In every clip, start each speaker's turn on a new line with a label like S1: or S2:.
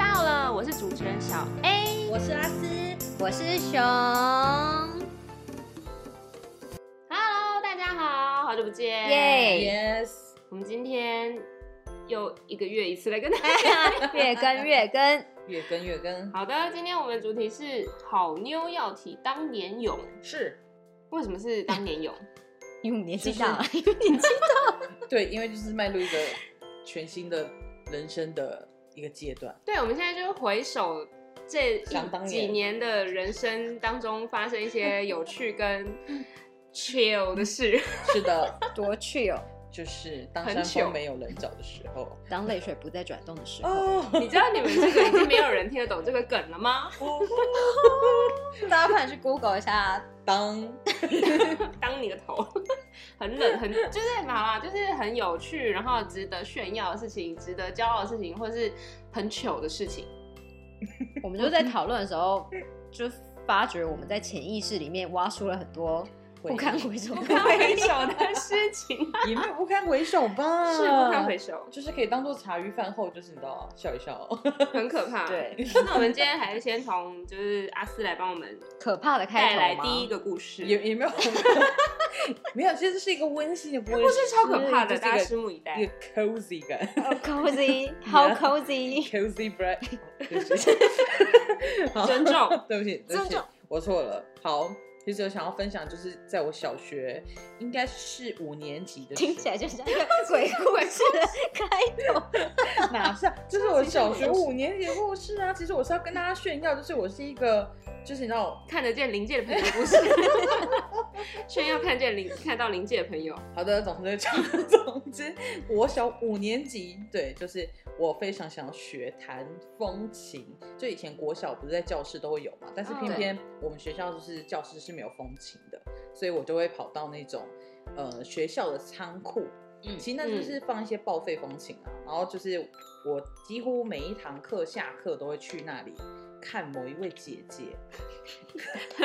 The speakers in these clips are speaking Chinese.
S1: 啊
S2: 我是主持人小 A。
S1: 我是阿斯，我是熊。 耶
S2: Hello，大家好，好久不见。
S1: Yes，
S2: 我们今天又一个月一次来跟
S1: 哎
S2: 大家。
S1: 月更月更，
S3: 越跟越跟，
S2: 好的，今天我们的主题是好妞要提当年勇。
S3: 是
S2: 为什么是当年勇？
S1: 因为我们年纪
S3: 就是
S1: 大了，
S3: 对，因为就是迈入一个全新的人生的一个阶段，
S2: 对，我们现在就是回首这
S3: 想当
S2: 一
S3: 年
S2: 几年的人生当中，发生一些有趣跟 chill 的事。
S3: 是 的，
S1: 多去哦。
S3: 就是当
S2: 很
S3: 山
S2: 糗
S3: 峰没有人找的时候，
S1: 当泪水不再转动的时候，
S3: 哦，
S2: 你知道你们这个已经没有人听得懂这个梗了吗？
S1: 大家快点去 Google 一下。
S3: 当
S2: 当你的头， 很 冷，很就是好啦，就是很有趣，然后值得炫耀的事情，值得骄傲的事情，或是很糗的事情。
S1: 我们就在讨论的时候，就发觉我们在潜意识里面挖出了很多不堪回首的
S2: 不
S1: 回
S2: 堪回
S1: 忆。
S2: 首的事 情，
S3: 也没有不堪回首吧？
S2: 是不堪回，首，
S3: 就是可以当做茶余饭后，就是你知道笑一笑，
S2: 很可怕。，
S1: 对，
S2: 那我们今天还是先从就是阿斯来帮我们
S1: 可怕的开
S2: 带
S1: 头
S2: 来
S1: 吗
S2: 第一个故事，
S3: 也 也没有，没有，其实是一个温馨的故事，
S2: 故事超可怕的，
S3: 就是一
S2: 大
S3: 个
S2: 家拭目以
S3: 一
S2: 待。
S3: 个 cozy 感。
S1: Oh, cozy，好
S3: Yeah
S1: cozy。
S3: Cozy bread，对 不起好
S2: 尊重
S3: 对不起，对
S1: 尊
S3: 不起
S1: 重，
S3: 我错了。好，其实我想要分享，就是在我小学应该是五年级的时候，
S1: 听起来就像一个鬼故事的开 头。
S3: 哪是啊？这是我小学五年级的故事啊。其实我是要跟大家炫耀，就是我是一个，就是你知道，
S2: 看得见灵界的朋友的故事， 炫耀看见灵看到灵界的朋友，
S3: 好的，总之讲，总之，我小五年级，对，就是我非常想学弹风琴。就以前国小不是在教室都会有嘛，但是
S2: 嗯
S3: 偏偏我们学校就是教室是没有风琴的，所以我就会跑到那种呃学校的仓库，
S1: 嗯
S3: 其实那就是放一些报废风琴啊。然后就是我几乎每一堂课下课都会去那里看某一位姐姐，，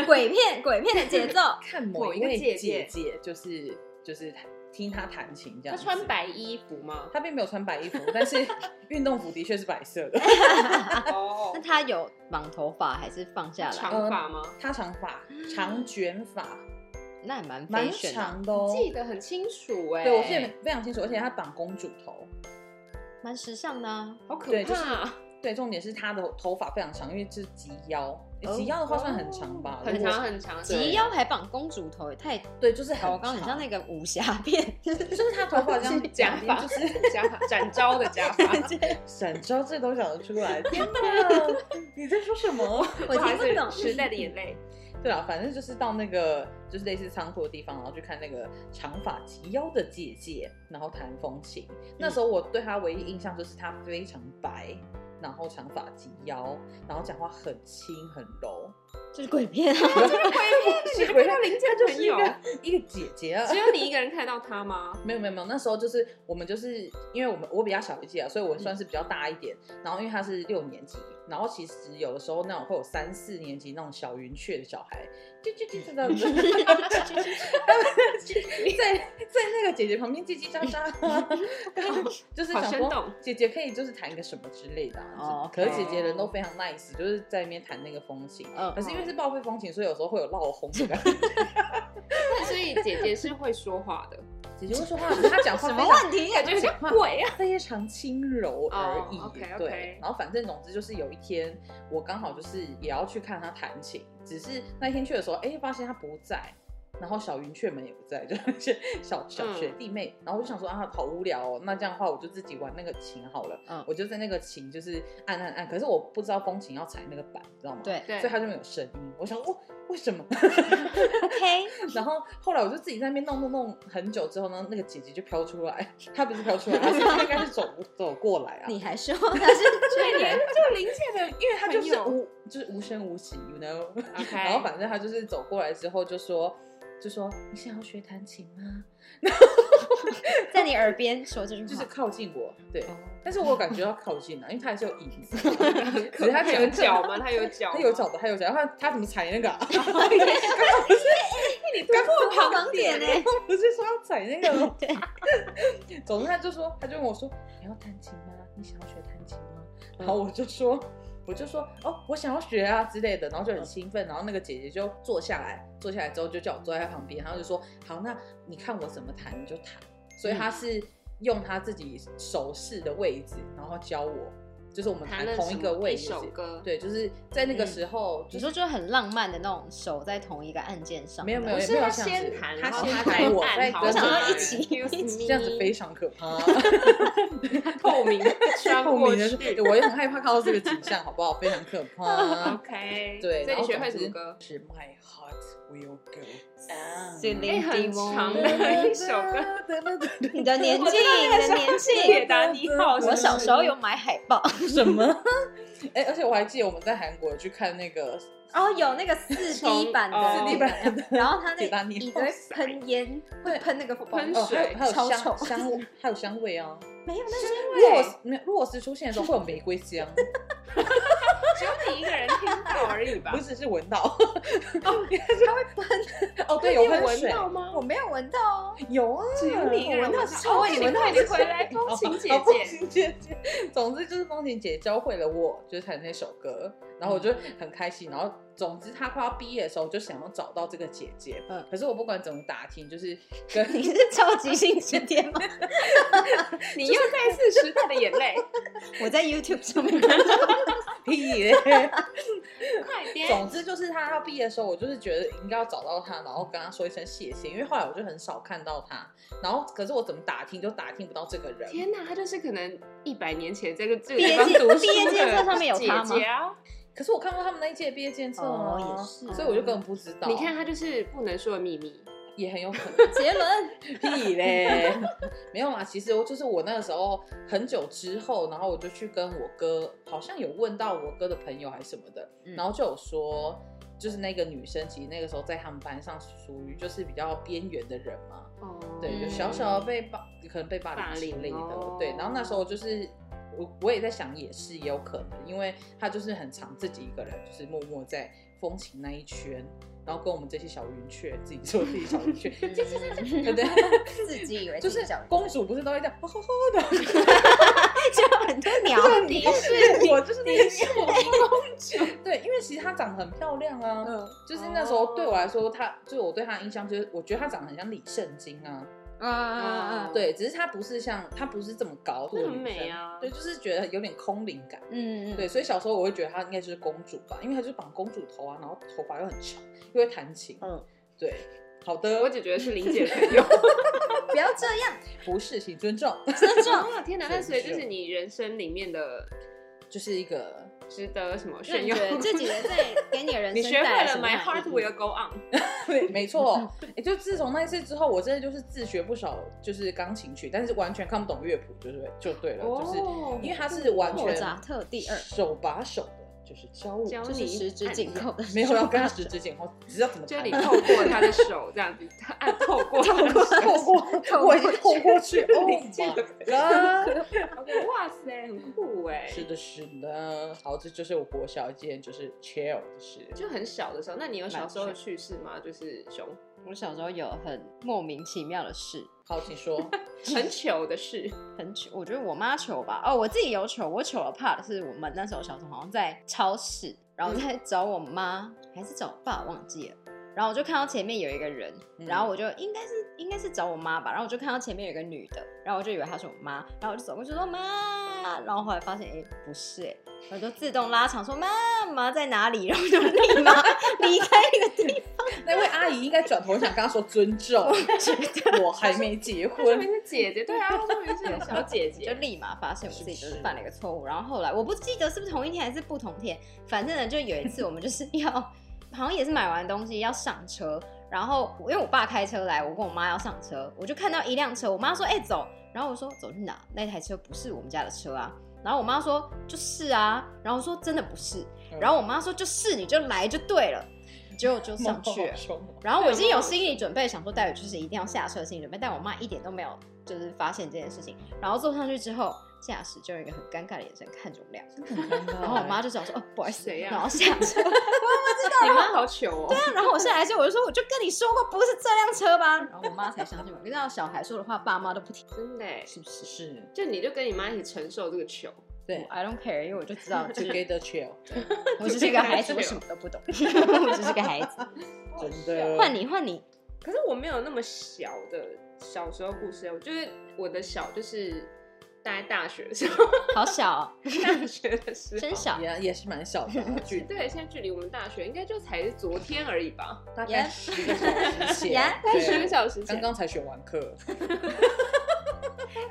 S1: 鬼片，鬼片的节奏
S3: 看某一
S2: 某一
S3: 位
S2: 个姐
S3: 姐
S2: 姐
S3: 就是就是听她弹琴这
S2: 他
S3: 样子。
S2: 穿白衣服吗？
S3: 他并没有穿白衣服，但是运动服的确是白色的。
S2: 哦
S3: 啊
S1: 那，他有绑头发还是放下来？
S2: 长发吗？
S3: 他长发，长卷发，
S1: 那也蛮
S3: 蛮
S1: fashion 啊的，
S3: 长的哦。
S2: 记得很清楚哎、
S3: 对，我记得非常清楚，而且他绑公主头。
S1: 蛮时尚的啊。
S2: 好可
S3: 对就
S2: 怕，啊
S3: 对，重点是他的头发非常长，因为就是及腰，诶
S1: 哦
S3: 及腰的话算很长吧？
S2: 哦很
S3: 如果
S2: 长很长，
S3: 对
S1: 及腰还绑公主头，也太
S3: 对，就是很
S1: 高哦刚，很像
S3: 那
S1: 那个武侠片。
S3: 就是他头发这样
S2: 假
S3: 两边
S2: 发
S3: 就
S2: 就是是 假发，展昭的假 发。
S3: 闪招，这都想得出来。天哪， 你在说什么？
S1: 我听不
S2: 好
S1: 懂
S2: 意思时代的眼 泪。
S3: 对啊，反正就是到那个就是类似仓库的地方，然后去看那个长发及腰的姐姐，然后弹风琴。
S2: 嗯
S3: 那时候我对她唯一印象就是她非常白，然后长发及腰，然后讲话很轻很柔，
S1: 就是鬼片 啊。
S2: 你
S3: 是
S2: 还看到林家
S3: 就
S2: 朋
S3: 是一
S2: 友？啊
S3: 个一个姐姐啊
S2: 只。有你一个人看到他吗？
S3: 没有没有没有，那时候就是我们就是因为我们我比较小一届啊，所以
S2: 嗯
S3: 我算是比较大一点。然后因为她是六年级，然后其实有的时候那种会有三四年级那种小云雀的小孩，就就 就就就就在在那个姐姐旁边叽叽喳 喳，就是想
S2: 好生动
S3: 说姐姐可以就是弹一个什么之类的、啊。
S1: 哦
S3: 可是
S1: OK
S3: 姐姐人都非常 nice，就是在那边弹那个风琴。
S1: 嗯
S3: 可是因
S2: 哦
S3: 为是报废风琴，所以有时候会有闹轰的感觉。
S2: 但所以姐姐是会说话的，
S3: 姐姐会说话，可是她讲话
S1: 什
S3: 非
S1: 么
S3: 常
S1: 问题？
S2: 感觉像鬼啊。
S3: 非常轻柔而已。
S2: 哦，OK，OK
S3: 对，然后反正总之就是有一天，我刚好就是也要去看他弹琴，只是那天去的时候，哎，发现他不在。然后小云雀们也不在，就是小小
S1: 嗯
S3: 学弟妹。然后我就想说啊，好无聊哦，那这样的话我就自己玩那个琴好了。
S1: 嗯
S3: 我就在那个琴就是按按按，可是我不知道风琴要踩那个板，你知道吗？，
S1: 对
S2: 对
S3: 所以，它就没有声音。我想，哦，为什么？
S1: ，OK，
S3: 然后后来我就自己在那边弄弄弄很久之后呢，那个姐姐就飘出来， 她不是飘出来，她是她应该是 走走过来啊，
S1: 你还说他是
S2: 对，
S1: 巨
S2: 连
S1: 人？
S2: 就林界的，因为
S3: 她就是无就是无声无息，you know。
S2: OK
S3: 然后反正她就是走过来之后就说就说你想要学弹琴吗？
S1: 在你耳边说这句
S3: 就是
S1: 话，
S3: 靠近我，对。但是我有感觉到靠近啊，因为她还是有椅子， 只是她
S2: 他
S3: 讲
S2: 有脚吗？他有脚，
S3: 她有。脚的，她有脚，她她怎么踩 那个、啊？
S1: 突破盲点呢。
S3: 不是说要踩那个 吗？
S1: 对，
S2: 嗯
S3: 总之他就说，他就问我说，你要弹琴吗？你想要学弹琴吗？然后我就说，我就说哦，我想要学啊之类的，然
S2: 嗯
S3: 后就很兴奋，然后那个姐姐就坐下来，坐下来之后就叫我坐在她旁边，然后就说好，那你看我怎么弹你就弹，所以她
S2: 嗯
S3: 是用她自己手势的位置，然后教我，就是我们弹
S2: 弹了
S3: 同一
S2: 什么
S3: 个位
S2: 一
S3: 置，
S2: 首歌，，
S3: 对，就是在那个
S1: 嗯
S3: 时候，
S1: 你
S3: 就是
S1: 说就很浪漫的那种，手在同一个按键上，
S3: 没有没有，
S2: 不
S3: 也
S2: 是
S3: 没有
S2: 他
S3: 这样
S2: 先
S3: 子
S2: 弹，
S3: 她
S2: 然后
S3: 先
S2: 他
S3: 弹，
S2: 再
S3: 我
S2: 按
S3: 再
S2: 好
S3: 跟
S1: 我想
S3: 着
S1: 说一
S3: 弹
S1: 起
S2: Excuse me
S3: 这样子非 常可 怕。
S2: 透明穿
S3: 透
S2: 过
S3: 明的是，
S2: 去
S3: 对我也很害怕看到这个景象，好不好？非常可怕。
S2: ，OK，
S3: 对，
S2: 所以
S3: 然
S2: 你
S3: 后
S2: 学会什
S3: 总
S2: 么
S3: 之
S2: 歌？
S3: 是 My Heart Will Go
S1: 是
S3: On。
S2: 哎，很
S1: Demon
S2: 长 的一首歌。
S1: 你的年纪，你的年纪，
S2: 铁达尼号
S1: 我小时候有买海报，
S3: 什么？哎、而且我还记得我们在韩国去看那个
S1: 哦，有那个四 D 版的，
S2: 哦
S3: 四 D 版的，
S1: 然后他那
S3: 铁达尼
S1: 椅子
S3: 号
S1: 会喷烟，会
S3: 对
S1: 喷那个
S2: 喷
S3: 哦，还有还有
S1: 超
S3: 香
S1: 丑
S3: 香味，还有香味啊。
S1: 没有，那是
S3: 如果是没有如果是出现的时候会有玫瑰香，
S2: 只有你一个人听到而已吧
S3: 不？只是闻到。
S1: 它会喷，
S3: 哦，对，
S2: 你
S3: 有
S2: 有
S3: 喷
S2: 闻
S3: 水，
S2: 到吗
S1: 我？没有闻到哦。
S3: 有啊，
S2: 只有你一个人
S1: 我闻到
S2: 是
S1: 臭味
S2: 哦
S1: 你闻到
S2: 快点回来，
S3: 哦
S2: 风情姐
S3: 哦风
S2: 姐。
S3: 情姐姐。总之就是风情姐教会了我，就是弹那首歌，然后我就很开心。然后总之她快要毕业的时候，我就想要找到这个姐姐。
S1: 嗯
S3: 可是我不管怎么打听，就是跟
S1: 你是超级星期天吗？
S2: 你又再次时代的眼泪，
S1: 我在 YouTube 上面看到，
S3: 屁咧。
S2: 快点！
S3: 总之就是她要毕业的时候，我就是觉得应该要找到她，然后跟她说一声谢谢，因为后来我就很少看到她。然后可是我怎么打听都打听不到这个人。
S2: 天哪，他就是可能一百年前这个这个
S1: 毕业
S2: 地方
S1: 纪
S2: 读书
S1: 毕业纪念册上面有
S2: 的姐
S1: 他吗
S2: 姐啊。
S3: 可是我看过他们那一届毕业见证啊，
S1: 哦也是
S3: 所以我就根本不知道。
S2: 你看，他就是不能说的秘密。
S3: 也很有可能。
S1: 杰伦
S3: 屁嘞，没有啦。其实我就是我那个时候很久之后，然后我就去跟我哥，好像有问到我哥的朋友还是什么的，
S1: 嗯
S3: 然后就有说，就是那个女生其实那个时候在他们班上属于就是比较边缘的人嘛，
S2: 哦，
S3: 对，就小小的被霸，可能被
S2: 嗯
S3: 霸
S2: 霸
S3: 凌
S2: 凌
S3: 之类的，
S2: 哦
S3: 对。然后那时候就是。我我也在想，也是也有可能，因为他就是很常自己一个人，就是默默在风情那一圈，然后跟我们这些小云雀自己说自己小 云雀，对不对？
S1: 自己以为
S3: 就
S1: 自
S3: 是
S1: 己讲
S3: 公主不是都会这样，哦吼吼的，
S1: 就很多鸟，
S2: 你
S3: 对
S2: 是
S3: 我就是那
S2: 你
S3: 个
S2: 是我公主，
S3: 对，因为其实她长得很漂亮啊，
S1: 嗯
S3: 就是那时
S2: 哦
S3: 候对我来说，她就是我对她的印象就是，我觉得她长得很像李圣经啊，
S1: 嗯嗯嗯
S3: 对，只是她不是像她不是这么高度的
S2: 那很
S3: 女
S2: 美
S3: 生，
S2: 啊
S3: 对，就是觉得有点空灵感，
S1: 嗯，
S3: 对，所以小时候我会觉得她应该就是公主吧，因为她就是绑公主头啊，然后头发又很长，又会弹琴，
S1: 嗯，
S3: 对，好 的，
S2: 我只觉得是林姐的朋 友。
S1: 不要这样，
S3: 不是，请尊重，
S1: 尊重。
S2: 哦天哪，
S3: 是
S2: 那所以就是是你人生里面的
S3: 就是一个
S2: 值得什么
S1: 那
S2: 炫
S1: 你
S2: 耀
S1: 觉？得这 几年在给你的人
S2: 你
S1: 生
S2: 学会
S1: 带来
S2: 了
S1: 什么
S2: ，My
S1: 样的
S2: heart
S1: 意义
S2: will go on。
S3: 对，没错。也就自从那一次之后，我真的就是自学不少，就是钢琴曲，但是完全看不懂乐谱，就是就对
S1: 啊
S3: 了，
S2: 哦
S3: 就是因为它是完
S1: 莫扎
S3: 全
S1: 特第二，
S3: 手把手的，就是教我，
S2: 教
S1: 就
S2: 你
S1: 是十指紧扣的，
S3: 没有要跟他十指紧扣，只要怎么
S2: 就
S3: 弹
S2: 你透过他的手这样子，他按透过他的手
S3: 透过，我已经 透 过去，哦
S2: 你这个
S3: 妈呀！
S2: 哇塞，很 酷哎！
S3: 是的，是的，好，这就是我国小一件就是 chill 的事。
S2: 就很小的时候，那你有小时候的
S3: 蛮
S2: 趣事吗？就是熊
S1: 我小时候有很莫名其妙的事，
S3: 好，请说。
S2: 很糗的事，
S1: 很糗。我觉得我妈糗吧，哦，我自己有糗，我糗的怕的是我们那时候小时候好像在超市，然
S3: 嗯
S1: 后在找我妈、还是找我爸，忘记了。然后我就看到前面有一个人，
S3: 嗯
S1: 然后我就应该是应该是找我妈吧，然后我就看到前面有一个女的，然后我就以为她是我妈，然后我就走过去说妈，然后后来发现哎、诶不是哎、诶我就自动拉长说妈妈在哪里，然后就立马离开那个地
S3: 那位阿姨应该转头想跟他说尊重，我还没结
S2: 她说
S3: 婚
S2: 明。是姐 姐，对啊，她说明是个小姐
S1: 就
S2: 姐，
S1: 立马发现我自己就是是
S3: 不是
S1: 犯了一个错误。然后后来我不记得是不是同一天还是不同天，反正呢就有一次我们就是要，好像也是买完东西要上车，然后因为我爸开车来，我跟我妈要上车，我就看到一辆车，我妈说：“哎、走。”然后我说：“走去哪？”那台车不是我们家的车啊。然后我妈说：“就是啊。”然后我说：“真的不是。”
S2: 嗯
S1: 然后我妈说：“就是，你就来就对了。”结果就上去
S3: 啊
S1: 了。然后我已经有心理准备，想说待会就是一定要下车的心理准备，但我妈一点都没有就是发现这件事情。然后坐上去之后，驾驶就用一个很尴尬的眼神看着我们俩，然
S3: 然
S1: 后我妈就想说：“哦，不好意思。
S2: 欸谁呀
S1: 然后 下车，
S2: 你妈好糗哦，
S1: 然后我下来之后，我就说：“我就跟你说过不是这辆车吧？”然后我妈才相信我。你知道小孩说的话，爸妈都不听，
S2: 真的耶。欸
S1: 是不是？
S3: 是
S2: 就你就跟你妈一起承受这个糗，
S3: 对
S1: ，I don't care，因为我就知道这个，
S3: ，Together Chill，
S1: 我只是个孩子，我什么都不懂，我只是个孩子。
S3: 真的。
S1: 换你，换你，
S2: 可是我没有那么小的小时候故事，我就是我的小就是大概大学的时候，
S1: 好小哦，
S2: 大学的 时候，
S1: 真小，
S3: 也也是蛮小的啊，距离
S2: 对，现在距离我们大学应该就才昨天而已吧，
S3: 大
S1: Yeah
S3: 概十个 小时前
S1: Yeah，
S3: 对
S2: 十个小时前
S3: 刚刚才选 完课，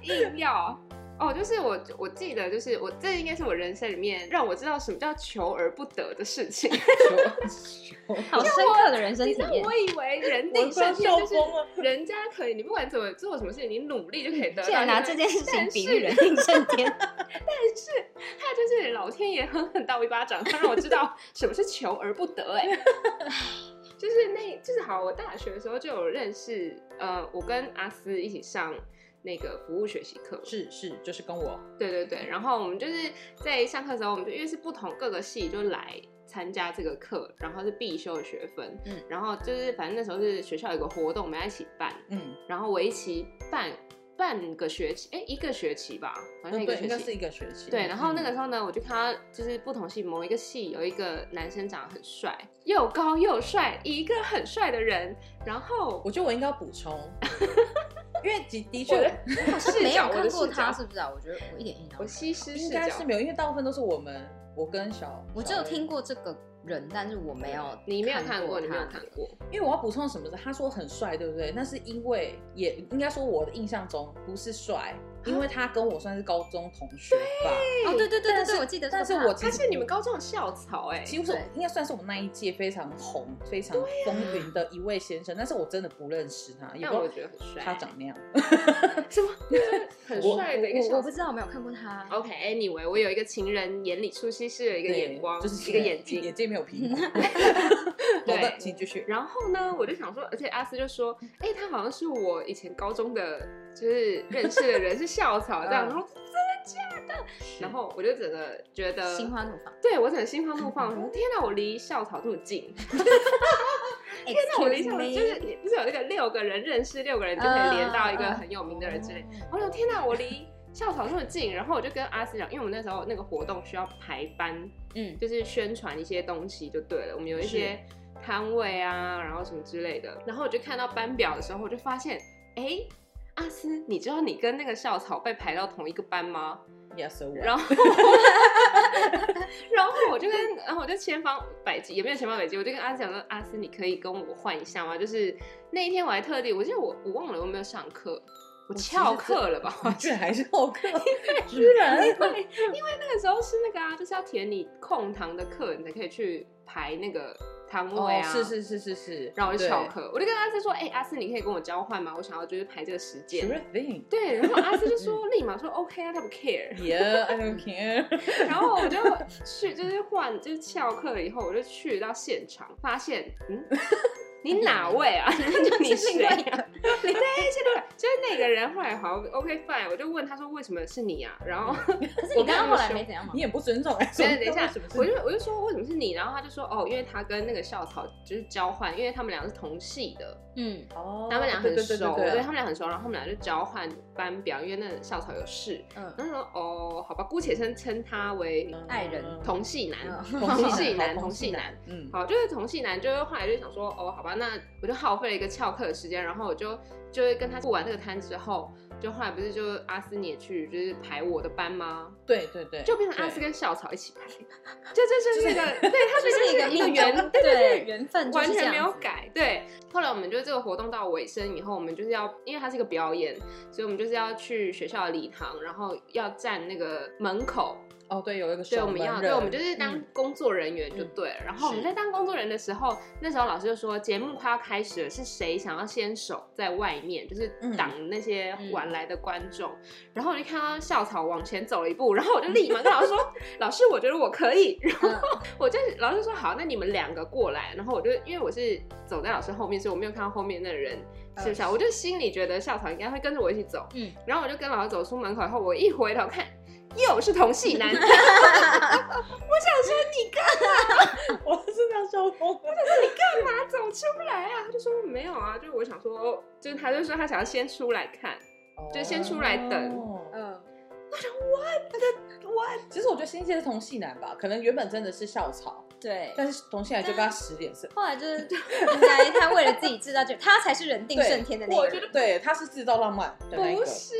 S2: 硬要。哦，就是我，我记得，就是我，这应该是我人生里面让我知道什么叫求而不得的事情。
S3: 求求
S1: 好深刻的人生
S2: 你
S1: 体
S2: 知道，
S1: 验
S2: 我。以为人
S3: 我
S2: 定胜
S3: 快
S2: 天
S3: 笑
S2: 就是
S3: 疯了
S2: 人家可以，你不管怎么做什么事情，你努力就可以得到。
S1: 竟然拿
S2: 对
S1: 这
S2: 不对
S1: 件事情
S2: 但
S1: 比
S2: 是
S1: 喻人定胜天，
S2: 他就是老天爷狠狠打我一巴掌，他让我知道什么是求而不得、哎， 就是那，就是好，我大学的时候就有认识，呃，我跟阿思一起上那个服务学习课，
S3: 是是，就是跟我
S2: 对对对，然后我们就是在上课的时候，我们就因为是不同各个系就来参加这个课，然后是必修的学分，
S3: 嗯
S2: 然后就是反正那时候是学校有个活动，我们要一起办，
S3: 嗯，
S2: 然后为期半半个学期，哎，一个学期吧，好像一个
S3: 嗯哦
S2: 学
S3: 对，应该
S2: 期
S3: 是一个学期。
S2: 对，然后那个
S3: 嗯
S2: 时候呢，我就看到就是不同系某一个系有一个男生长得很帅，又高又帅，一个很帅的人，然后
S3: 我觉得我应该要补充，因为 的
S2: 我
S3: 的
S2: 的
S3: 确
S1: 好像
S2: 视
S1: 没有
S2: 角，我
S1: 看
S2: 的
S1: 过
S2: 视
S1: 他，
S2: 角，
S1: 是不是啊？我觉得我一点印象都没
S2: 我
S1: 有，
S2: 西施视
S3: 应该
S2: 角
S3: 是没有，因为大部分都是我们，我跟小，
S1: 我只
S3: 小
S1: 有
S3: 薇
S1: 听。过这个人，但是我没有，
S2: 你没有看
S1: 看
S2: 过，你没有
S1: 他
S2: 看过，
S3: 因为我要补充什么是，他说很帅，对不对？那是因为也应该说我的印象中不是帅，因
S2: 啊
S3: 为他跟我算是高中同学吧。
S1: 哦，对对对对
S3: 但是
S1: 对，我记得这
S3: 但
S1: 个
S3: 是
S1: 怕，
S3: 我其
S2: 他
S3: 实
S2: 是你
S3: 不
S2: 们高中的校草哎、
S3: 几乎是
S1: 对
S3: 应该算是我们那一届非常红、非常风云的一位先生，但是我真的不认识他，也
S2: 啊但
S3: 不
S2: 我
S3: 知
S2: 觉得很
S3: 道
S2: 帅，
S3: 他长那样。
S2: 什么很帅的一个嗯
S1: 我
S2: 校
S1: 我
S2: 草
S1: 不。知道，我没有看过他。
S2: OK，Anyway，、我有一个情人眼里出西施的一个
S3: 对
S2: 眼光，
S3: 就是
S2: 一个 眼睛，
S3: 眼睛没有苹 果。好的
S2: 对，
S3: 请继续。
S2: 然后呢，我就想说，而且阿斯就说，哎、他好像是我以前高中的，就是认识的人，是校草这样。
S3: 嗯
S2: 然后真的假的？然后我就整个觉得，
S1: 心花怒放，
S2: 对我整个心花怒放，我说天哪，我离校草这么近！
S1: 天
S2: 天哪，我离校草就是你不是有那个六个人认识六个人就可以连到一个很有名的人之类。我说天哪，我离。校草这么近，然后我就跟阿斯讲，因为我们那时候那个活动需要排班，
S1: 嗯，
S2: 就是宣传一些东西就对了。我们有一些摊位啊，然后什么之类的。然后我就看到班表的时候，我就发现，哎、阿斯，你知道你跟那个校草被排到同一个班吗？
S3: Yes，我。
S2: 然后，然后我就跟，然后我就千方百计，也没有千方百计，我就跟阿斯讲说，阿斯，你可以跟我换一下吗？就是那一天我还特地，我记得我我忘了我有没有上课，我翘课了吧？
S3: 居然还是好客，居然
S2: 因为因为那个时候是那个啊，就是要填你空堂的课，你才可以去排那个摊位啊。
S3: 哦是。是是是是，
S2: 然后我就翘
S3: 对。
S2: 课，我就跟阿斯说：“哎、阿斯，你可以跟我交换吗？我想要就是排这个时间。
S3: Sure thing。
S2: 对，然后阿斯就说：“立马说 OK 啊，他不 care。
S3: Yeah, I don't care。
S2: 然后我就去，就是换，就是翘课以后，我就去到现场，发现，嗯，你哪位 啊？ 就你谁啊？对，现在就是那个人，后来好 OK fine，我就问他说为什么是你啊？然后
S1: 我刚刚后来
S2: 没
S1: 没
S2: 有那么凶。
S1: 怎样嘛
S3: 你。也不尊重。
S2: 所以等一下
S3: 什么，事
S2: 我就我就说为什么是你，然后他就说哦，因为他跟那个校草就是交换，因为他们俩是同系的，
S1: 嗯，
S3: 哦
S2: 他们俩很
S3: 对
S2: 熟，
S3: 对对对
S2: 他们俩很熟，然后他们俩就交换班表，因为那个校草有事，
S1: 嗯
S2: 然后说哦，好吧，姑且称称他为
S3: 嗯
S1: 爱人
S2: 同系男，
S1: 嗯
S2: 同 系男，
S3: 同
S2: 同
S3: 系
S2: 系
S3: 男
S2: 男。，
S3: 嗯，
S2: 好，就是同系男，就是后来就想说，哦，好吧，那我就耗费了一个翘课的时间，然后我就就是跟他布完这个摊之后，就后来不是就阿斯你也去就是排我的班吗？
S3: 对对对，
S2: 就变成阿斯
S3: 对
S2: 跟校草一起排，就这就是一个，对，他
S1: 就
S2: 们就是
S1: 一个
S2: 一个
S1: 命
S2: 缘，
S1: 中
S2: 对
S1: 对
S2: 对
S1: 缘分，
S2: 完全没有。改。对，后来我们就这个活动到尾声以后，我们就是要，因为它是一个表演，所以我们就是要去学校的礼堂，然后要站那个门口，
S3: 哦，对，有一个
S2: 对，
S3: 守
S2: 我们
S3: 门
S2: 要，
S3: 人
S2: 对，我们就是当
S3: 嗯
S2: 工作人员就对了。然后我们
S3: 是
S2: 在当工作人员的时候，那时候老师就说，节目快要开始了，是谁想要先守在外面，就是
S3: 嗯
S2: 挡那些
S1: 嗯
S2: 晚来的观众。然后我就看到校草往前走了一步，然 后我就立马跟老师说：“老师，我觉得我可以。”然后
S1: 嗯
S2: 我就老师说：“好，那你们两个过来。”然后我就因为我是走在老师后面，所以我没有看到后面那人。
S3: 呃
S2: 是不是啊？我就心里觉得校草应该会跟着我一起走，
S1: 嗯
S2: 嗯，然后我就跟老师走出门口以后，我一回头看，又是同系男，
S3: 我是这样笑疯了。
S2: 他怎么出不来啊？他就说没有啊，就是我想说，就是他就说他想要先出来看，就先出来等
S3: 哦
S1: 嗯，
S2: 我 what？
S3: 其实我觉得新一届是同系男吧，可能原本真的是校草，
S1: 对。
S3: 但是同系男就跟他使脸色。
S1: 后来就是应该他为了自己制造这，他才是人定
S3: 对
S1: 胜天的那
S2: 我
S1: 个
S2: 觉
S1: 人。
S2: 得
S3: 对，他是制造浪漫的那一
S2: 不
S3: 个，
S2: 是，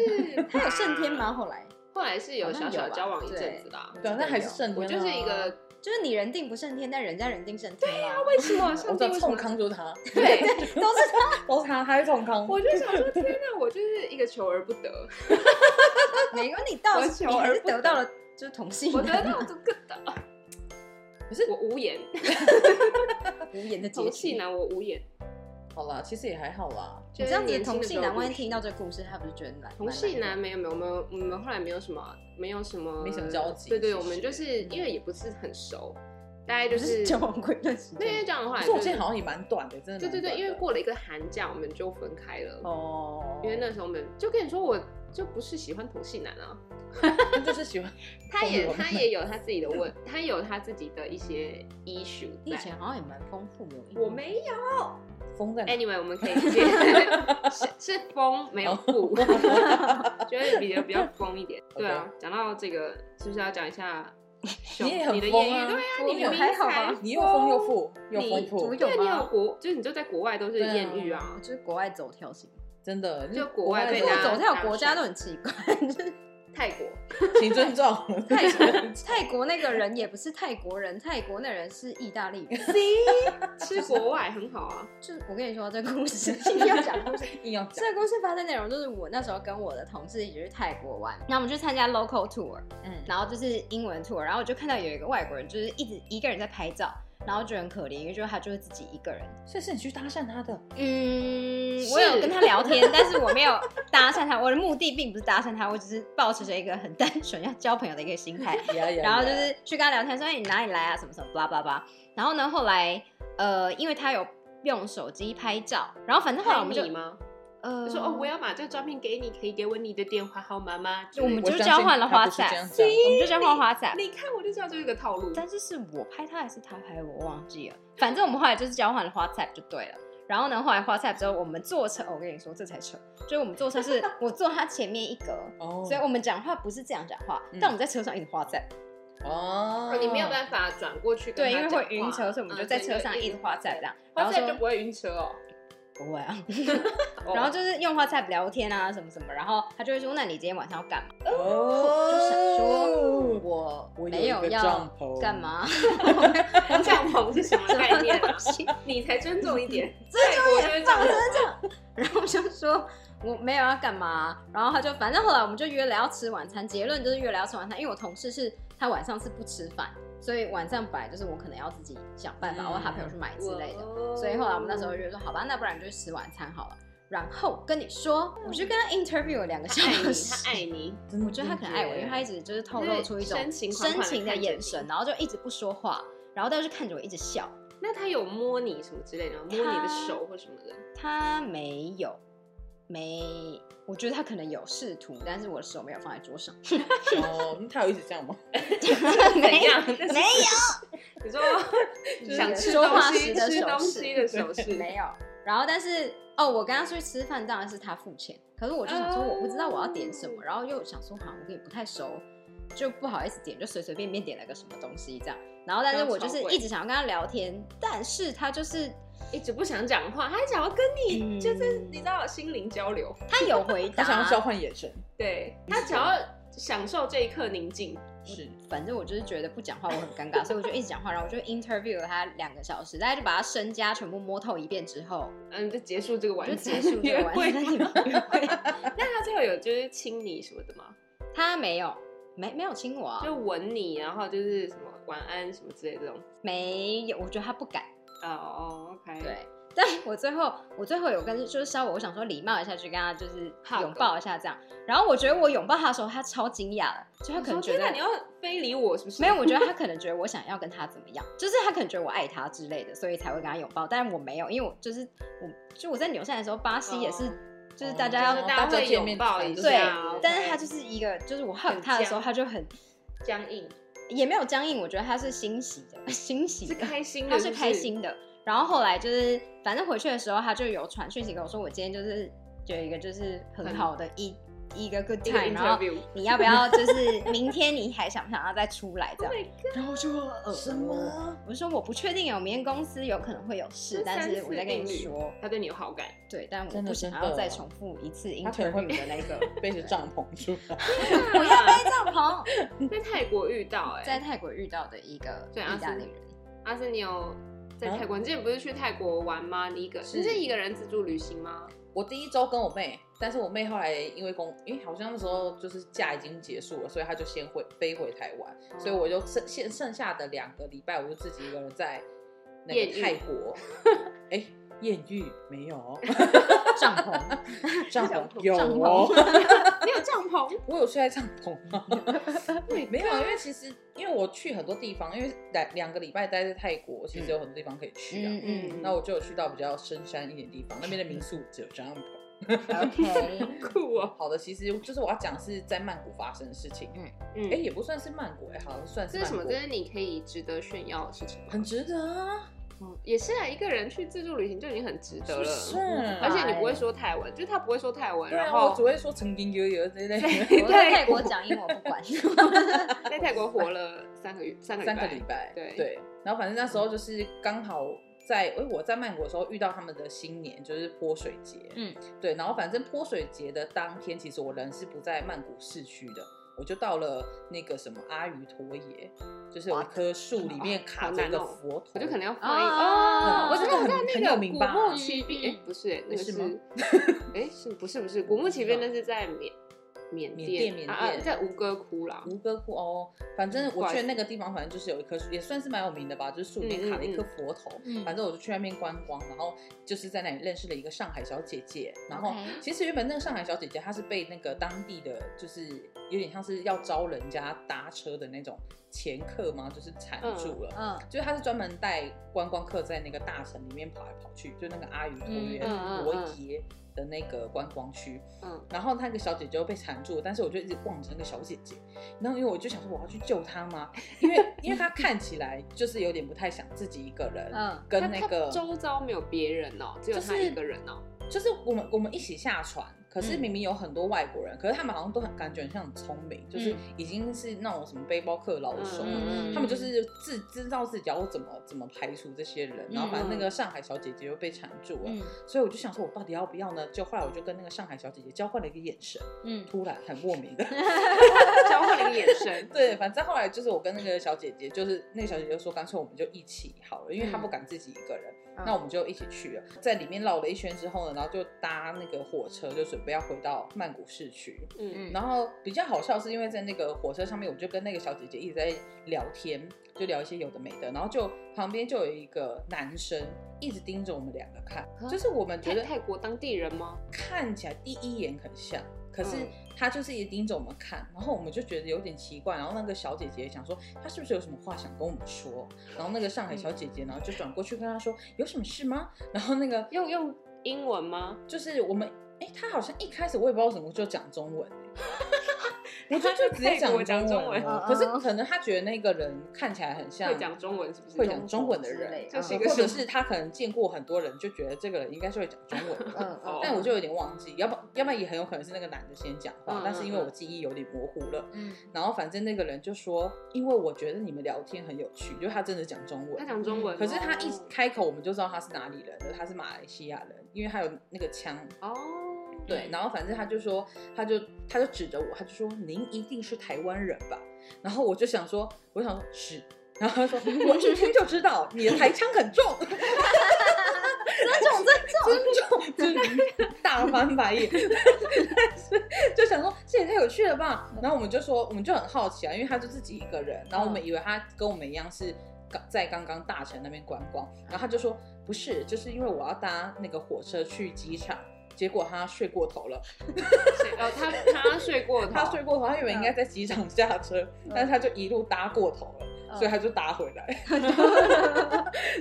S1: 他有胜天？吗？后来
S2: 后来是有
S1: 好
S2: 小
S1: 像
S2: 小
S1: 有吧
S2: 交往一阵子啦。
S3: 对啊，那还是
S1: 胜，
S3: 圣
S2: 我
S3: 天啊
S2: 就是一个，啊
S1: 就是你人定不胜天，但人家人定胜天。对呀，
S2: 为什么上
S3: 我
S2: 帝
S3: 知
S2: 为
S3: 道
S2: 什
S3: 冲
S2: 么
S3: 康就是他，
S2: 对，
S1: 都是他。
S3: 都是他，他是冲康。
S2: 我就想说，天哪，我就是一个求而不得，
S1: 没有你到
S2: 我
S1: 你
S2: 求
S1: 还
S2: 而
S1: 是
S2: 不得
S1: 得到了就是同性
S2: 我得
S1: 男
S2: 到这个的，
S3: 可是
S2: 我无言，
S1: 无言的结
S2: 同性
S1: 局。
S2: 男我无言，
S3: 好啦，其实也还好啦。
S1: 你
S2: 就是
S1: 这样子
S2: 年轻
S1: 同
S2: 的时
S1: 性
S2: 候
S1: 男
S2: 不
S1: 万一
S2: 是
S1: 听到这个故事，他不是觉得难？
S2: 同性
S1: 蛮
S2: 男没有没有，我们我们后来没有什么没有什么
S3: 没什么交集
S2: 对对，
S3: 其
S2: 我们
S3: 实
S2: 就是因为也不是很熟，大概就
S1: 的，就是是交往过一段时
S2: 对啊因为
S1: 间。
S2: 这样的话
S3: 可
S2: 也
S3: 是
S2: 就
S3: 我
S2: 是，
S3: 之前好像也蛮短的，真的
S2: 对
S3: 蛮
S2: 对
S3: 短的。
S2: 对，因为过了一个寒假，我们就分开了。
S3: 哦，
S2: 因为那时候我们就跟你说，我就不是喜欢同性男啊，
S3: 他就是喜欢，
S2: 他也
S3: 同性
S2: 他
S3: 恋
S2: 也有他自己的问， 他有他自己的一些 issue
S1: 你以
S2: 在。
S1: 前好像也蛮丰富的，
S2: 我没有。
S3: 风在哪
S2: Anyway，我们可以直 接是是疯
S3: 哦
S2: 没有富，觉得比较比较疯一点。对啊，讲到这个，是不是要讲一下熊？
S3: 你也很
S2: 的
S3: 疯
S2: 艳遇
S3: 啊
S2: 对啊，
S3: 我
S2: 你
S3: 也
S2: 明
S1: 还好
S2: 才
S1: 吧
S3: 你又疯又
S2: 疯，
S3: 富又
S2: 你
S3: 丰富
S1: 我，有
S2: 对，你有
S1: 吗？
S2: 国，就是你就在国外都是
S3: 对啊
S2: 艳遇啊
S1: 我。哦就是国外走跳型，
S3: 真的
S2: 就国外
S3: 外
S2: 被
S1: 因
S2: 对
S1: 为
S2: 大
S1: 我
S2: 家
S1: 走跳国家
S2: 打
S1: 都很奇怪， 就是
S3: 啊
S2: 泰国，
S3: 请尊重。
S1: 泰国泰国那个人也不是泰国人，泰国那人是意大 利人。
S2: 吃国外很好啊。
S1: 就是我跟你说这故 事，今天要讲故事。
S3: 硬要讲，
S1: 这故事发生内容就是我那时候跟我的同事一起去泰国玩，然后我们去参加 local tour，
S3: 嗯，
S1: 然后就是英文 tour，然后我就看到有一个外国人就是一直一个人在拍照，然后就很可怜，因为就是他就是自己一个人。
S3: 所以是你去搭 讪他的，
S1: 嗯，
S2: 是
S1: 我有跟他聊天，但是我没有搭讪他，我的目的并不是搭讪他，我只是保持着一个很单纯要交朋友的一个心态。
S3: 呀呀
S1: 然后就
S3: 呀
S1: 是去跟他聊天，说哎你哪里来啊，什么什么，巴拉巴拉。然后呢，后来呃，因为他有用手机拍照，然后反正后来我们就
S2: 拍你吗？
S1: 呃
S2: 他说哦，我要把这个照片给你，可以给我你的电话号码吗？
S1: 我们
S3: 我
S1: 就
S3: 相
S1: 交
S3: 信
S1: 换了
S3: 他
S1: 花
S3: 不是这
S1: 伞，
S3: 样
S1: 我
S3: 讲
S1: 们就交换花伞。
S2: 你看我就知道这是个套路。
S1: 但是是我拍他还是他拍我，我忘记了。反正我们后来就是交换了 WhatsApp 就对了。然后呢，后来 WhatsApp 之后，我们坐车，哦我跟你说这才扯，就是我们坐车是我坐他前面一格，
S3: 哦，
S1: 所以我们讲话不是这样讲话，
S3: 嗯
S1: 但我们在车上一直 WhatsApp，
S3: 哦
S2: 哦，你没有办法转过去跟
S1: 对，
S2: 他
S1: 因为
S2: 讲话，嗯
S1: 会晕车，所以我们就在车上一直 WhatsApp 这样。然后
S2: 现在就
S1: 说
S2: 不会晕车哦。
S1: 不会啊，
S2: 哦
S1: 然后就是用 WhatsApp 聊天啊什么什么，然后他就会说，那你今天晚上要干嘛？
S3: 哦，
S1: 就想说
S3: 我
S1: 我
S3: 我
S1: 没
S3: 有一个
S1: 要
S3: 帐篷
S1: 干嘛，
S2: 帐 篷是什么概念啊？你才尊重一点，泰国就是帐篷
S1: 然后我就说我没有要干嘛、然后他就反正后来我们就约了要吃晚餐，结论就是约了要吃晚餐，因为我同事是他晚上是不吃饭，所以晚上本来就是我可能要自己想办法，
S3: 嗯
S1: 或者他朋友去买之类的，
S2: 的
S1: 所以后来我们那时候
S2: 哦
S1: 约说好吧，那不然就去吃晚餐好了。然后跟你说，我就跟他 interview 了两个小
S2: 他爱你，
S1: 时，
S2: 他爱你，
S1: 我觉得他可能爱我，因为他一
S3: 直
S1: 直就是透露出一种
S2: 就是深情款款
S1: 深
S2: 地
S1: 情的
S2: 看着
S1: 眼
S2: 你
S1: 神，然后就一直不说话，然后但是看着我一直笑。
S2: 那他有摸你什么之类的吗，摸你的手或什么的，
S1: 他没有，没，我觉得他可能有试图，但是我的手没有放在桌上，
S3: 哦，那他有一直这样吗？
S2: 怎样？
S1: 没
S2: 没 有，你
S3: 就
S2: 说
S3: 是
S2: 想吃
S1: 说
S2: 东
S1: 话
S2: 西
S1: 时的
S2: 吃
S1: 手
S2: 东
S1: 势
S2: 西的 手势，
S1: 没有。然后，但是哦，我跟他出去吃饭，当然是他付钱。可是我就想说，我不知道我要点什么，
S2: 哦
S1: 然后又想说，好，我跟你不太熟，就不好意思点，就随随便便点了个什么东西这样。然后，但是我就是
S2: 超贵
S1: 一直想要跟他聊天，但是他就是
S2: 一直不想讲话，他想要跟你，
S1: 嗯
S2: 就是你知道心灵交流，
S1: 他有回答，
S3: 他想要交换眼神，
S2: 对他想要享受这一刻宁静，
S3: 是
S1: 反正我就是觉得不讲话我很尴尬，所以我就一直讲话，然后我就 interview 了他两个小时，大家就把他身家全部摸透一遍之后，
S2: 嗯，就结束这个
S1: 我
S2: 晚
S1: 就
S2: 餐，
S1: 结束这
S2: 约
S1: 个晚
S2: 会
S1: 餐你
S2: 吗。
S1: 们约会。
S2: 那他最后有就是亲你什么的吗？
S1: 他没有，没没有亲我、啊，
S2: 就吻你，然后就是什么晚安什么之类这种。
S1: 没有，我觉得他不敢。
S2: 哦、o k
S1: 对，，但我最后我最后有跟就是稍微我想说礼貌一下去跟他就是
S2: 好
S1: 拥抱一下这样，然后我觉得我拥抱他的时候，他超惊讶的，就他可能觉
S2: 天哪
S1: 得
S2: 你要非礼我是不是？
S1: 没有，我觉得他可能觉得我想要跟他怎么样，就是他可能觉得我爱他之类的，所以才会跟他拥抱。但是我没有，因为我就是我，就我在纽西兰的时候，巴西也是，
S2: 哦
S1: 就是大家要、
S2: 就
S3: 哦
S2: 是大家会拥抱一
S3: 就是哦
S1: 对
S2: 下，
S3: 大家，
S1: 但是他就是一个，就是我 hug
S2: 很
S1: 他的时候，
S2: 僵
S1: 他就很
S2: 僵硬，
S1: 也没有僵硬，我觉得他是欣喜的，欣喜
S2: 是
S1: 的，
S2: 开心的，
S1: 他
S2: 是
S1: 是
S2: 不
S1: 开心的。然后后来就是，反正回去的时候，他就有传讯息跟我说，我今天就是有一个就是很
S2: 很
S1: 好的一一个 good
S2: 一个
S1: time，然后
S2: interview，
S1: 你要不要就是明天你还想不想要再出来
S2: Oh
S1: 这样？
S3: 然后我就呃
S1: 什么？我就说我不确定，我明天公司有可能会有事，
S2: 这
S1: 但是
S2: 三
S1: 我
S2: 次
S1: 再跟
S2: 定
S1: 你
S2: 律
S1: 说，
S2: 他对你有好 感，
S1: 对，但我
S3: 真的
S1: 不想
S3: 真的
S1: 要再重复一次
S3: 他可能会
S1: interview 的那个。
S3: 背着 帐篷出来，
S2: 我要
S1: 在帐篷，
S2: 在泰国遇到哎、
S1: 在泰国遇到的一个
S2: 对阿
S1: 意大
S2: 斯
S1: 利人，
S2: 阿森，你有在
S3: 啊
S2: 泰国？你之前不是去泰国玩吗？你一个
S3: 是哦
S2: 你是一个人自助旅行吗？
S3: 我第一周跟我妹，但是我妹后来因为工，因为好像那时候就是假已经结束了，所以她就先回飞回台湾，
S2: 哦
S3: 所 以我就剩剩剩下的两个礼拜，我就自己一个人在那
S2: 艳
S3: 个
S2: 遇
S3: 泰国。哎，艳遇没有，
S1: 帐篷，
S3: 帐
S2: 帐
S3: 篷
S2: 篷
S3: 有
S1: 帐篷
S3: 哦，
S2: 你有帐篷？
S3: 我有睡在帐 篷吗？
S2: 对，
S3: 没有，啊，因为其实因为我去很多地方，因为两两个礼拜待在泰国，其实有很多地方可以去啊。
S1: 嗯
S3: 那我就有去到比较深山一点的地方，那边的民宿只有帐篷。
S1: 嗯，OK，
S2: 酷哦，
S3: 好的，其实就是我要讲是在曼谷发生的事情，
S2: 嗯，
S3: 哎、也不算是曼谷、哎，好像算是
S2: 这
S3: 曼
S2: 是
S3: 谷
S2: 什么？这是你可以值得炫耀的事情吗？
S3: 很值得啊，
S2: 嗯也是啊，一个人去自助旅行就已经很值得了，
S3: 是不是哎
S2: 而且你不会说泰文，就是他不会说泰文，
S3: 对啊，
S2: 然
S3: 我
S2: 后
S3: 只会说曾经有有这类的。
S1: 我在泰国讲英文我不 管，
S2: 在泰国活了三个月，三个
S3: 三
S2: 礼
S3: 个
S2: 拜
S3: 礼拜，
S2: 对
S3: 对。然后反正那时候就是刚好在，哎、我在曼谷的时候遇到他们的新年，就是泼水节，
S1: 嗯，
S3: 对。然后反正泼水节的当天，其实我人是不在曼谷市区的，我就到了那个什么阿瑜陀耶，就是有一
S1: What？
S3: 棵树里面卡着一个佛
S2: 哦
S3: 头，
S2: 我就可能要翻译
S1: 哦
S2: 哦，我知道，我知道
S3: 很
S2: 那
S3: 很有
S2: 个
S3: 名
S2: 古
S3: 吧啊
S2: 墓奇兵，
S1: 嗯
S2: 哎，不是，哎那个
S3: 是
S2: 是
S3: 吗，
S2: 哎，是不是不是古墓奇兵？那是在缅缅
S3: 缅甸缅
S2: 啊啊
S3: 甸
S2: 在吴哥窟啦。
S3: 吴哥窟哦，反正
S2: 嗯
S3: 我
S2: 怪
S3: 去的那个地方，反正就是有一棵树，也算是蛮有名的吧，就是树里面卡了一颗佛头。
S1: 嗯嗯嗯
S3: 反正我就去那边观光，然后就是在那里认识了一个上海小姐姐。然后
S1: OK
S3: 其实原本那个上海小姐姐，她是被那个当地的，就是有点像是要招人家搭车的那种掮客嘛，就是缠住了。
S1: 嗯
S3: 就是她是专门带观光客在那个大城里面跑来跑去，就那个阿谀托约
S2: 嗯嗯嗯
S3: 罗
S2: 嗯
S3: 耶的那个观光区。
S2: 嗯，
S3: 然后那个小姐姐就被缠住了，但是我就一直望着那个小姐姐，然后因为我就想说我要去救她吗？因为因为她看起来就是有点不太想自己一个人，
S1: 嗯
S3: 跟
S2: 他
S3: 那
S2: 他
S3: 个
S2: 周遭没有别人哦，只有
S3: 就是
S2: 他一个人哦。
S3: 就是我们我们一起下船，可是
S1: 嗯
S3: 明明有很多外国人，可是他们好像都很感觉很像很聪明，就是
S1: 嗯
S3: 已经是那种什么背包客老手了，
S1: 嗯
S3: 他们就是自知道自己要怎么怎么排除这些人，然后反正那个上海小姐姐又被缠住了，
S1: 嗯
S3: 所以我就想说我到底要不要呢？就后来我就跟那个上海小姐姐交换了一个眼神，
S1: 嗯
S3: 突然很莫名的。，
S2: 交换了一个眼神
S3: 对，反正后来就是我跟那个小姐姐，就是那个小姐姐就说，干脆我们就一起好了，因为
S2: 嗯
S3: 她不敢自己一个人，
S1: 嗯
S3: 那我们就一起去了，在里面绕了一圈之后呢，然后就搭那个火车，就准备要回到曼谷市区。
S2: 嗯
S3: 然后比较好笑是因为在那个火车上面，我就跟那个小姐姐一直在聊天，就聊一些有的没的，然后就旁边就有一个男生一直盯着我们两个看，
S2: 啊
S3: 就是我们觉
S2: 泰
S3: 得
S2: 泰国当地人吗？
S3: 看起来第一眼很像，可是
S2: 嗯
S3: 他就是一直盯着我们看，然后我们就觉得有点奇怪。然后那个小姐姐也想说，她是不是有什么话想跟我们说？然后那个上海小姐姐，然后就转过去跟她说，有什么事吗？然后那个
S2: 用用英文吗？
S3: 就是我们，哎、她好像一开始我也不知道怎么就讲中文、我就就直接
S2: 泰国
S3: 讲
S2: 讲
S3: 中
S2: 中
S3: 文哦
S2: 文
S3: 了，可是可能她觉得那个人看起来很像
S2: 会讲中文是不是？
S3: 会讲中文的
S1: 之类的
S3: 人，
S2: 就是一个
S3: 或
S2: 什
S3: 者
S2: 么
S3: 是她可能见过很多人，就觉得这个人应该是会讲中文的。
S1: 嗯
S2: 哦
S1: 嗯，
S3: 但我就有点忘记，要不要不然也很有可能是那个男的先讲话，
S2: 嗯
S3: 但是因为
S2: 嗯嗯
S3: 我记忆有点模糊了。
S1: 嗯
S3: 然后反正那个人就说，因为我觉得你们聊天很有趣，就他真的讲中
S2: 他
S3: 文，
S2: 讲中文哦，
S3: 可是他一开口我们就知道他是哪里人的，他是马来西亚人，因为他有那个腔。
S2: 哦，
S3: 对，然后反正他就说，他就他就指着我，他就说您一定是台湾人吧？然后我就想说，我想说是，然后他说我一听就知道你的台腔很重，
S1: 尊重尊
S3: 就是大翻白眼， 但是就想说这也太有趣了吧。然后我们就说，我们就很好奇啊，因为他就自己一个人，然后我们以为他跟我们一样是刚在刚刚大城那边观光，然后他就说不是，就是因为我要搭那个火车去机场。结果他睡过头了，
S2: 谁哦，他他睡过头，
S3: 他睡过头，他原本应该在机场下车，
S2: 嗯
S3: 但是他就一路搭过头了，
S1: 嗯
S3: 所以他就搭回来。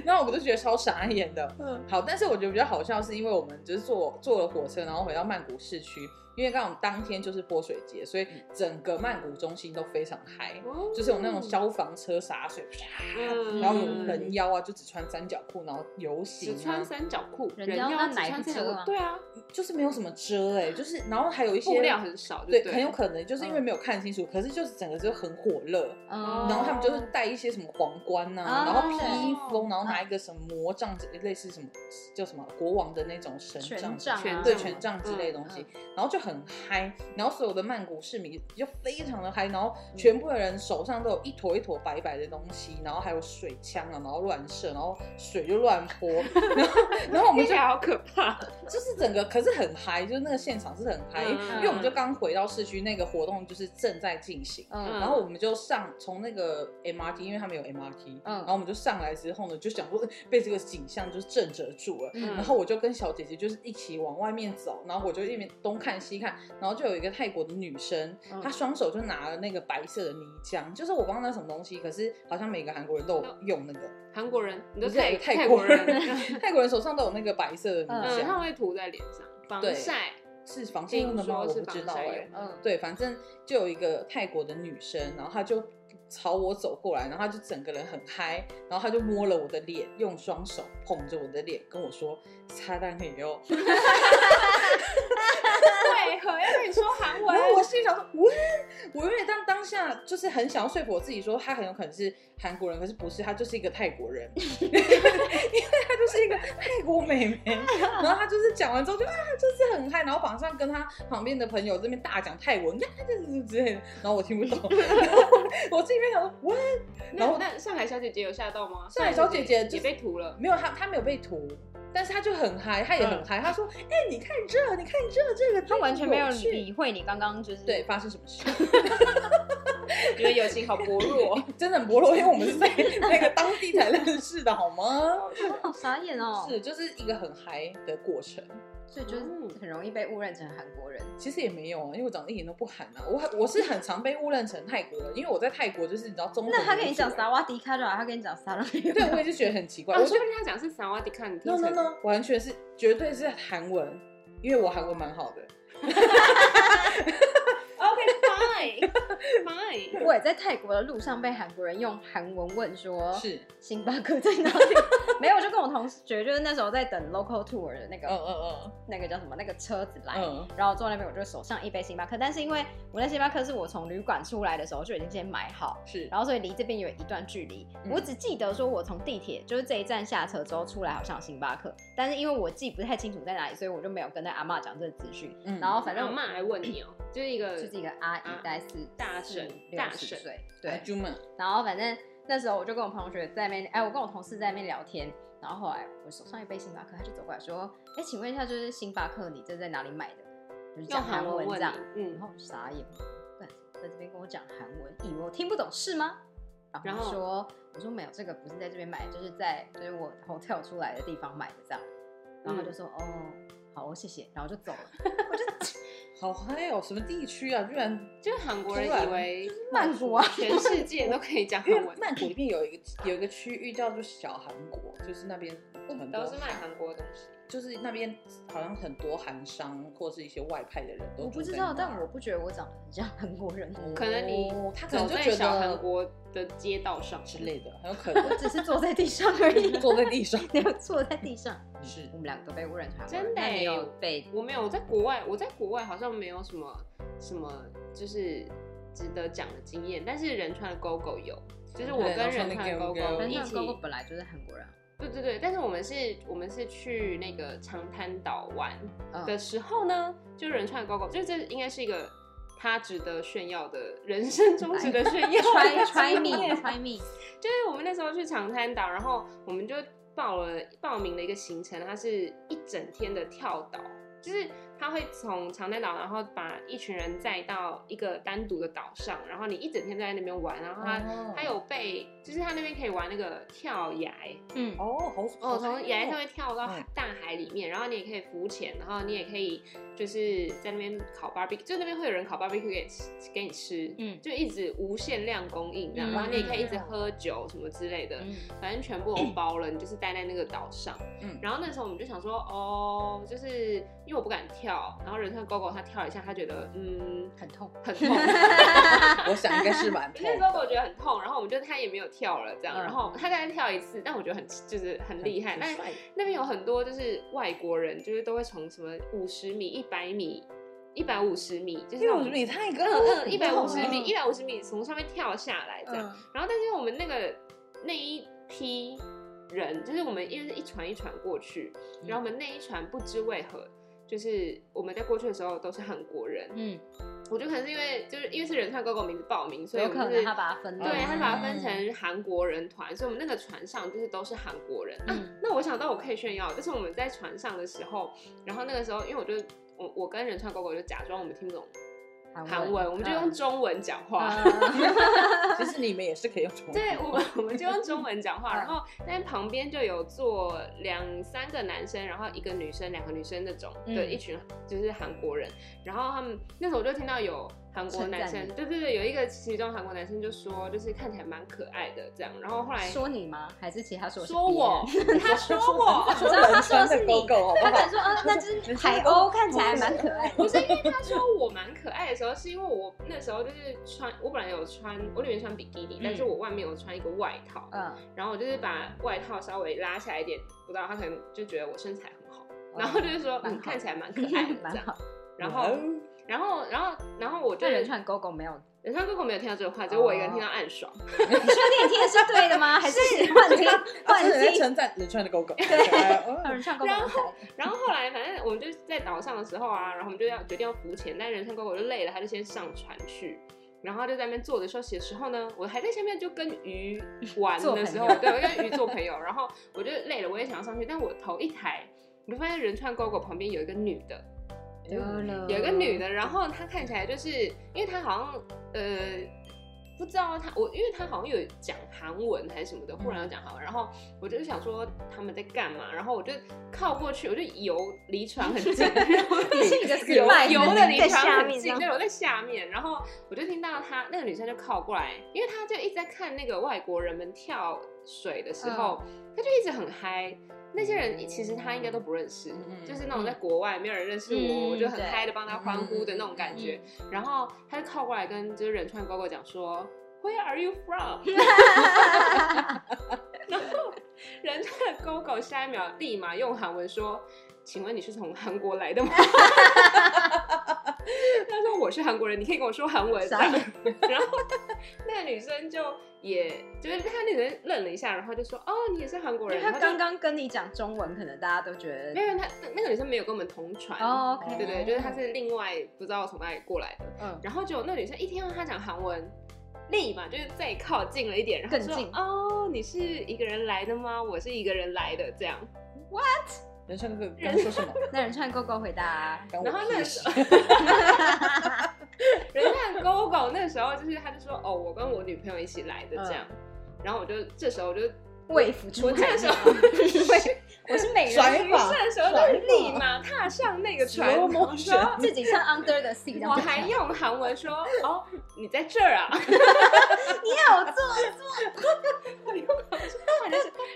S3: 然后我们就觉得超傻眼的，
S1: 重，
S2: 嗯
S3: 好，但是我觉得比较好笑，是因为我们就是坐坐了火车，然后回到曼谷市区，因为刚好当天就是泼水节，所以
S2: 嗯
S3: 整个曼谷中心都非常嗨，就是有那种消防车洒水，啪
S2: 嗯，
S3: 然后有人妖啊，就只穿三角裤，然后游行
S2: 只
S3: 啊，
S2: 穿三角裤，
S1: 人
S2: 人
S1: 妖
S2: 要
S1: 那
S2: 只
S1: 奶
S2: 穿
S1: 不
S2: 三角
S1: 遮
S2: 裤
S1: 吗
S2: 对啊，
S3: 就是没有什么遮哎、就是然后还有一些
S2: 布料很少，
S3: 对，
S2: 对，
S3: 很有可能就是因为没有看清楚，可是就是整个就很火热，
S1: 嗯，
S3: 然后他们就是戴一些什么皇冠呐、
S1: 哦
S3: 然后披风，然后拿一个什么魔杖，类似什么叫什么国王的那种神
S1: 权
S3: 杖。
S1: 杖啊，
S2: 全
S3: 对
S2: 杖
S3: 权杖之类的东西，
S1: 嗯
S3: 然后就很嗨，然后所有的曼谷市民就非常的嗨，然后全部的人手上都有一坨一坨白白的东西，然后还有水枪啊，然后乱射，然后水就乱泼，然后然后我们
S2: 听
S3: 就
S2: 起来好可怕。
S3: 就是整个，可是很嗨，就是那个现场是很嗨，
S2: 嗯
S3: 因为我们就刚回到市区，那个活动就是正在进行，
S1: 嗯
S3: 然后我们就上从那个 MRT，因为他们有 MRT，
S1: 嗯
S3: 然后我们就上来之后呢，就想说呃被这个景象就是震慑住了。
S1: 嗯
S3: 然后我就跟小姐姐就是一起往外面走，然后我就一边东看西看，然后就有一个泰国的女生，
S2: 嗯
S3: 她双手就拿了那个白色的泥浆，就是我不知道那什么东西，可是好像每个韩国人都有
S2: 嗯
S3: 用那个，
S2: 韩国人，你都
S3: 不是
S2: 泰
S3: 泰
S2: 国
S3: 国人
S2: 人，
S3: 泰国人手上都有那个白色的泥
S1: 嗯
S2: 嗯，
S3: 浆
S2: 他，们会涂在脸上防
S3: 对
S2: 晒，
S3: 是防晒用的吗？
S2: 听
S3: 我
S2: 说是
S3: 不知道
S2: 防
S3: 哎、
S2: 晒用的
S1: 嗯，
S3: 对，反正就有一个泰国的女生，然后她就朝我走过来，然后她就整个人很嗨，然后她就摸了我的脸，用双手捧着我的脸跟我说：“擦蛋你哦。
S2: 为何要跟你说韩”
S3: 然
S2: 文？
S3: 后我心里想说：“喂，我有点当当下就是很想要说服我自己说，她很有可能是韩国人，可是不是，她就是一个泰国人，因为她就是一个泰国妹妹。然后她就是讲完之后就啊，就是很嗨，然后马上跟她旁边的朋友这边大讲泰文，呀，这这之类的，然后我听不懂，然后我这边想说：“喂。”
S2: 那
S3: 然后
S2: 那上海小姐姐有吓到吗？
S3: 上海小姐姐就
S2: 也
S3: 是
S2: 被涂了，
S3: 没有，他他没有被涂，但是他就很嗨，他也很嗨。他说：“哎、你看这，你看这，这个
S1: 他完全没有
S3: 有趣
S1: 理会你刚刚就是
S3: 对，发生什么事，
S2: 觉得友情好薄 弱。
S3: 真的很薄弱，因为我们 是在那个当地才认识的，好吗？
S1: 好傻眼哦，
S3: 是，就是一个很嗨的过程。
S1: 所以就是很容易被误认成韩国人，
S3: 其实也没有啊，因为我长得一点都不韩啊，我很我是很常被误认成泰国人，因为我在泰国就是你知道中。
S1: 那他跟你讲萨，瓦迪卡就好，他跟你讲萨拉米，
S3: 对我也是觉得很奇怪。
S2: 啊，
S1: 哦
S3: 我
S2: 说
S3: 就
S2: 不定他讲是萨瓦迪卡，你听
S3: no
S2: 成
S3: no no，完全是绝对是韩文，因为我韩文蛮好的。
S2: OK fine fine，
S1: 我也在泰国的路上被韩国人用韩文问说
S3: 是，
S1: 星巴克在哪里？ 没有，我就跟我同学，就是那时候在等 local tour 的那个、
S3: 嗯嗯
S1: 那个叫什么那个车子来，
S3: 嗯
S1: 然后我坐在那边，我就手上一杯星巴克，但是因为我那星巴克是我从旅馆出来的时候就已经先买好
S3: 嗯，。是。
S1: 然后，所以离这边有一段距离。
S3: 嗯
S1: 我只记得说，我从地铁就是这一站下车之后出来，好像有星巴克，但是因为我记不太清楚在哪里，所以我就没有跟那阿嬷讲这个资讯。
S3: 嗯
S1: 然后反
S2: 然
S1: 正
S2: 后妈还问你哦，就是一个
S1: 就是一个阿姨
S2: 啊，
S1: 大概是
S2: 大婶
S1: 六
S2: 大
S1: 十
S2: 婶啊
S1: 岁，
S3: 对，
S1: 对，
S3: 朱们
S1: 然后反正那时候我就跟我同学在那边，哎，我跟我同事在那边聊天，然后后来我手上一杯星巴克，他就走过来说，哎，请问一下，就是星巴克你这在哪里买的？就是
S2: 用
S1: 讲
S2: 韩
S1: 韩
S2: 文
S1: 文
S2: 问
S1: 这
S2: 你
S1: 样，，然
S2: 嗯，
S1: 后我就傻眼，对，在这边跟我讲韩文，以为我听不懂是吗？然
S2: 然
S1: 后
S2: 后
S1: 我说，我说没有，这个不是在这边买，就是在就是我 hotel 出来的地方买的这样，然后他就说，哦，好哦，谢谢，然后就走了。
S3: 好嗨哦！什么地区啊？居然
S2: 就是韩国人
S3: 突然
S2: 以为
S1: 曼谷啊，
S2: 全世界都可以讲
S3: 因
S2: 韩
S3: 为
S2: 文，
S3: 曼谷里面有一个有一个区域叫做小韩国，就是那边
S1: 哦
S3: 很多
S2: 都是卖韩国的东西。
S3: 就是那边好像很多韩商或是一些外派的人
S2: 嗯
S3: 都
S1: 我不
S3: 住
S1: 知
S3: 在
S1: 道，
S3: 那
S1: 但我不觉得我长得很像韩国人，
S3: 哦
S2: 哦可能你
S3: 他可
S2: 走
S3: 能就
S2: 在
S3: 觉
S2: 小韩
S3: 得
S2: 国的街道上
S3: 之类的，很有可能。
S1: 只是坐在地上而已
S3: 坐在地上
S1: 没有坐在地上，
S3: 是
S1: 我们两个被误认成韩国
S2: 真
S1: 人
S2: 的
S1: 那你
S2: 耶
S1: 有被
S2: 我没有，我在国外，我在国外好像没有什么什么就是值得讲的经验，但是人穿的 GoGo 有，就是我
S3: 对
S2: 跟
S3: 人穿
S2: 人
S3: 的
S2: 穿的
S3: GoGo
S2: GoGo
S1: 人
S2: 一
S1: 像
S2: 起，
S1: 哥哥本来就是韩国 人啊，
S2: 对对对，但是我们是我们是去那个长滩岛玩
S1: 嗯
S2: 的时候呢，就人穿的 GoGo，就这应该是一个他值得炫耀的人生中值得 炫耀
S1: try
S2: 的
S1: try
S2: 经验
S1: me try me，
S2: 就是我们那时候去长滩岛，然后我们就报了报名了一个行程，它是一整天的跳岛，就是它会从长滩岛，然后把一群人载到一个单独的岛上，然后你一整天都在那边玩，然后它、
S3: 哦
S2: 啊它有被，就是它那边可以玩那个跳崖，
S1: 嗯，
S3: 哦，好
S2: 哦，从崖上面跳到
S3: 嗯
S2: 大海里面，然后你也可以浮潜，然后你也可以就是在那边烤 barbecue，就那边会有人烤 barbecue 给你吃给你吃，
S1: 嗯
S2: 就一直无限量供应这样，
S1: 嗯
S2: 然后你也可以一直喝酒什么之类的，
S1: 嗯
S2: 反正全部都包了，你就是待在那个岛上。
S3: 嗯
S2: 然后那时候我们就想说，哦，就是因为我不敢跳跳，然后人生狗狗他跳一下，他觉得嗯
S1: 很痛。
S2: 很痛，
S3: 我想应该是蛮
S2: 因
S3: 痛
S2: 为
S3: 的。
S2: 狗狗觉得很痛，然后我们就他也没有跳了这样，
S3: 嗯
S2: 然后他再跳一次，但我觉得很就是很厉害，哎
S3: 很
S2: 但
S3: 帅
S2: 那边有很多就是外国人，就是都会从什么五十米、一百米、一百五十米，就是
S3: 因为你太高，
S2: 一百五十米、
S3: 嗯
S2: 一百五十米从上面跳下来这样。
S3: 嗯
S2: 然后，但是因为我们那个那一批人，就是我们因为是一船一船过去，
S1: 嗯
S2: 然后我们那一船不知为何。就是我们在过去的时候都是韩国人，
S1: 嗯，
S2: 我觉得可能是因为就是因为是仁川狗狗名字报名，所以
S1: 有
S2: 我们
S1: 可
S2: 就是
S1: 能他把它分了
S2: 对，他把它分
S1: 嗯
S2: 成韩国人团，所以我们那个船上就是都是韩国人。啊
S1: 嗯，
S2: 那我想到我可以炫耀，就是我们在船上的时候，然后那个时候因为我就我我跟仁川狗狗就假装我们听不懂韩文，我们就
S1: 嗯
S2: 用中文讲话。
S3: 其实你们也是可以用中 文。
S2: 对，我们我们就用中文讲话，
S3: 嗯
S2: 然后但旁边就有坐两三个男生，然后一个女生，两个女生那种，
S1: 嗯
S2: 对，一群就是韩国人，然后他们那时候我就听到有韩国
S1: 称
S2: 男
S1: 赞
S2: 生，
S1: 你
S2: 对对对，有一个其中韩国男生就说，就是看起来蛮可爱的这样，然后后来
S1: 说你吗？还是其他说是
S2: 说
S1: 别人
S2: 我， 他说 我。
S3: 说人生的狗狗好不
S1: 他可
S3: 好
S1: 能？说，哦，那就是
S3: 人
S1: 海
S3: 生的狗
S1: 鸥
S3: 狗
S1: 看起来蛮可爱的。
S2: 不是因为他说我蛮可爱的时候，是因为我那时候就是穿，我本来有穿，我里面穿比基尼，但是我外面有穿一个外套，
S1: 嗯，
S2: 然后我就是把外套稍微拉下来一点，不知道他可能就觉得我身材很好，然后就是说
S1: 哦蛮
S2: 嗯
S1: 好
S2: 看起 来蛮可爱的这
S1: 蛮
S2: 样。
S1: 好。嗯
S2: 然后然后然后然后我就
S1: 那人哦串狗狗没有，
S2: 人川哥哥没有听到这个话，只有我一个人听到暗爽。
S1: 你确定你听的是对的吗？还是幻 听
S3: 啊
S1: 幻
S3: 是人在
S1: 听？
S3: 称赞人川的狗狗，对，
S1: 有
S3: 嗯
S1: 人串狗狗蛮可爱的，
S2: 然后后来反正我们就在岛上的时候啊，然后我们就要决定要浮潜，但人川哥哥就累了，他就先上船去。然后就在那边坐着休息的时候呢，我还在下面就跟 鱼玩
S1: 做
S2: 的
S1: 朋
S2: 时候
S1: 友，
S2: 对，我跟鱼做朋友。然后我就累了，我也想要上去，但我头一抬，我就发现人川狗狗旁边有一个女的，有一个女的，然后她看起来就是，因为她好像呃，不知道她我，因为她好像有讲韩文还是什么的，忽然有讲韩文，然后我就想说他们在干嘛，然后我就靠过去，我就游离船很近，然后
S1: 这是你的
S2: 游
S1: spy，
S2: 游的
S1: 在
S2: 离
S1: 下
S2: 船很
S1: 面这
S2: 近，
S1: 样
S2: 对，我在下面，然后我就听到她那个女生就靠过来，因为她就一直在看那个外国人们跳水的时候，她就一直很嗨。那些人其实她应该都不认识，
S3: 嗯
S2: 就是那种在国外没有人认识我，
S1: 嗯
S2: 我就很
S1: 对嗯
S2: 嗨的帮她欢呼的那种感觉。然后他就靠过来跟就是仁川狗狗讲说，Where are you from？然后仁川的狗狗下一秒立马用韩文说，请问你是从韩国来的吗？ 他说我是韩国人，你可以跟我说韩文。这
S1: 傻
S2: 样
S1: 眼
S2: 然后那个女生就也就是她那个人愣了一下，然后就说哦你也是韩国
S1: 因
S2: 人
S1: 为，他
S2: 然后
S1: 刚
S2: 就
S1: 刚跟你讲中文，可能大家都觉
S2: 没
S1: 得
S2: 有她那那个女生没有跟我们同船。
S1: 哦，OK，
S2: 对对，就是她是另外不知道从哪里过来的，
S1: 嗯，
S2: 然后就那女生一听到他讲韩文，立马就是再靠近了一点，然后
S1: 更
S2: 说
S1: 近：“
S2: 哦，你是一个人来的吗？我是一个人来的。” 这样，
S3: 人川哥哥刚 说什么？
S1: 那人串狗狗回答，
S3: 关我
S2: 然后那
S3: 屁
S2: 时
S3: 事
S2: 候，人家 Gogo 那时候就是他就说：“哦，我跟我女朋友一起来的。”这
S1: 嗯
S2: 样，然后我就这时候我就
S1: 喂服出
S2: 我这
S1: 来
S2: 个时
S1: 那
S2: 候
S1: 种。 我是美
S3: 甩
S1: 人鱼
S2: 没事的时候就立马踏 上那个船，
S3: Slow
S2: 我
S3: motion
S2: 说。
S1: 自己唱 Under the Sea，然
S2: 我
S1: 后
S2: 还用韩文说哦，你在这儿啊？
S1: 你好 做，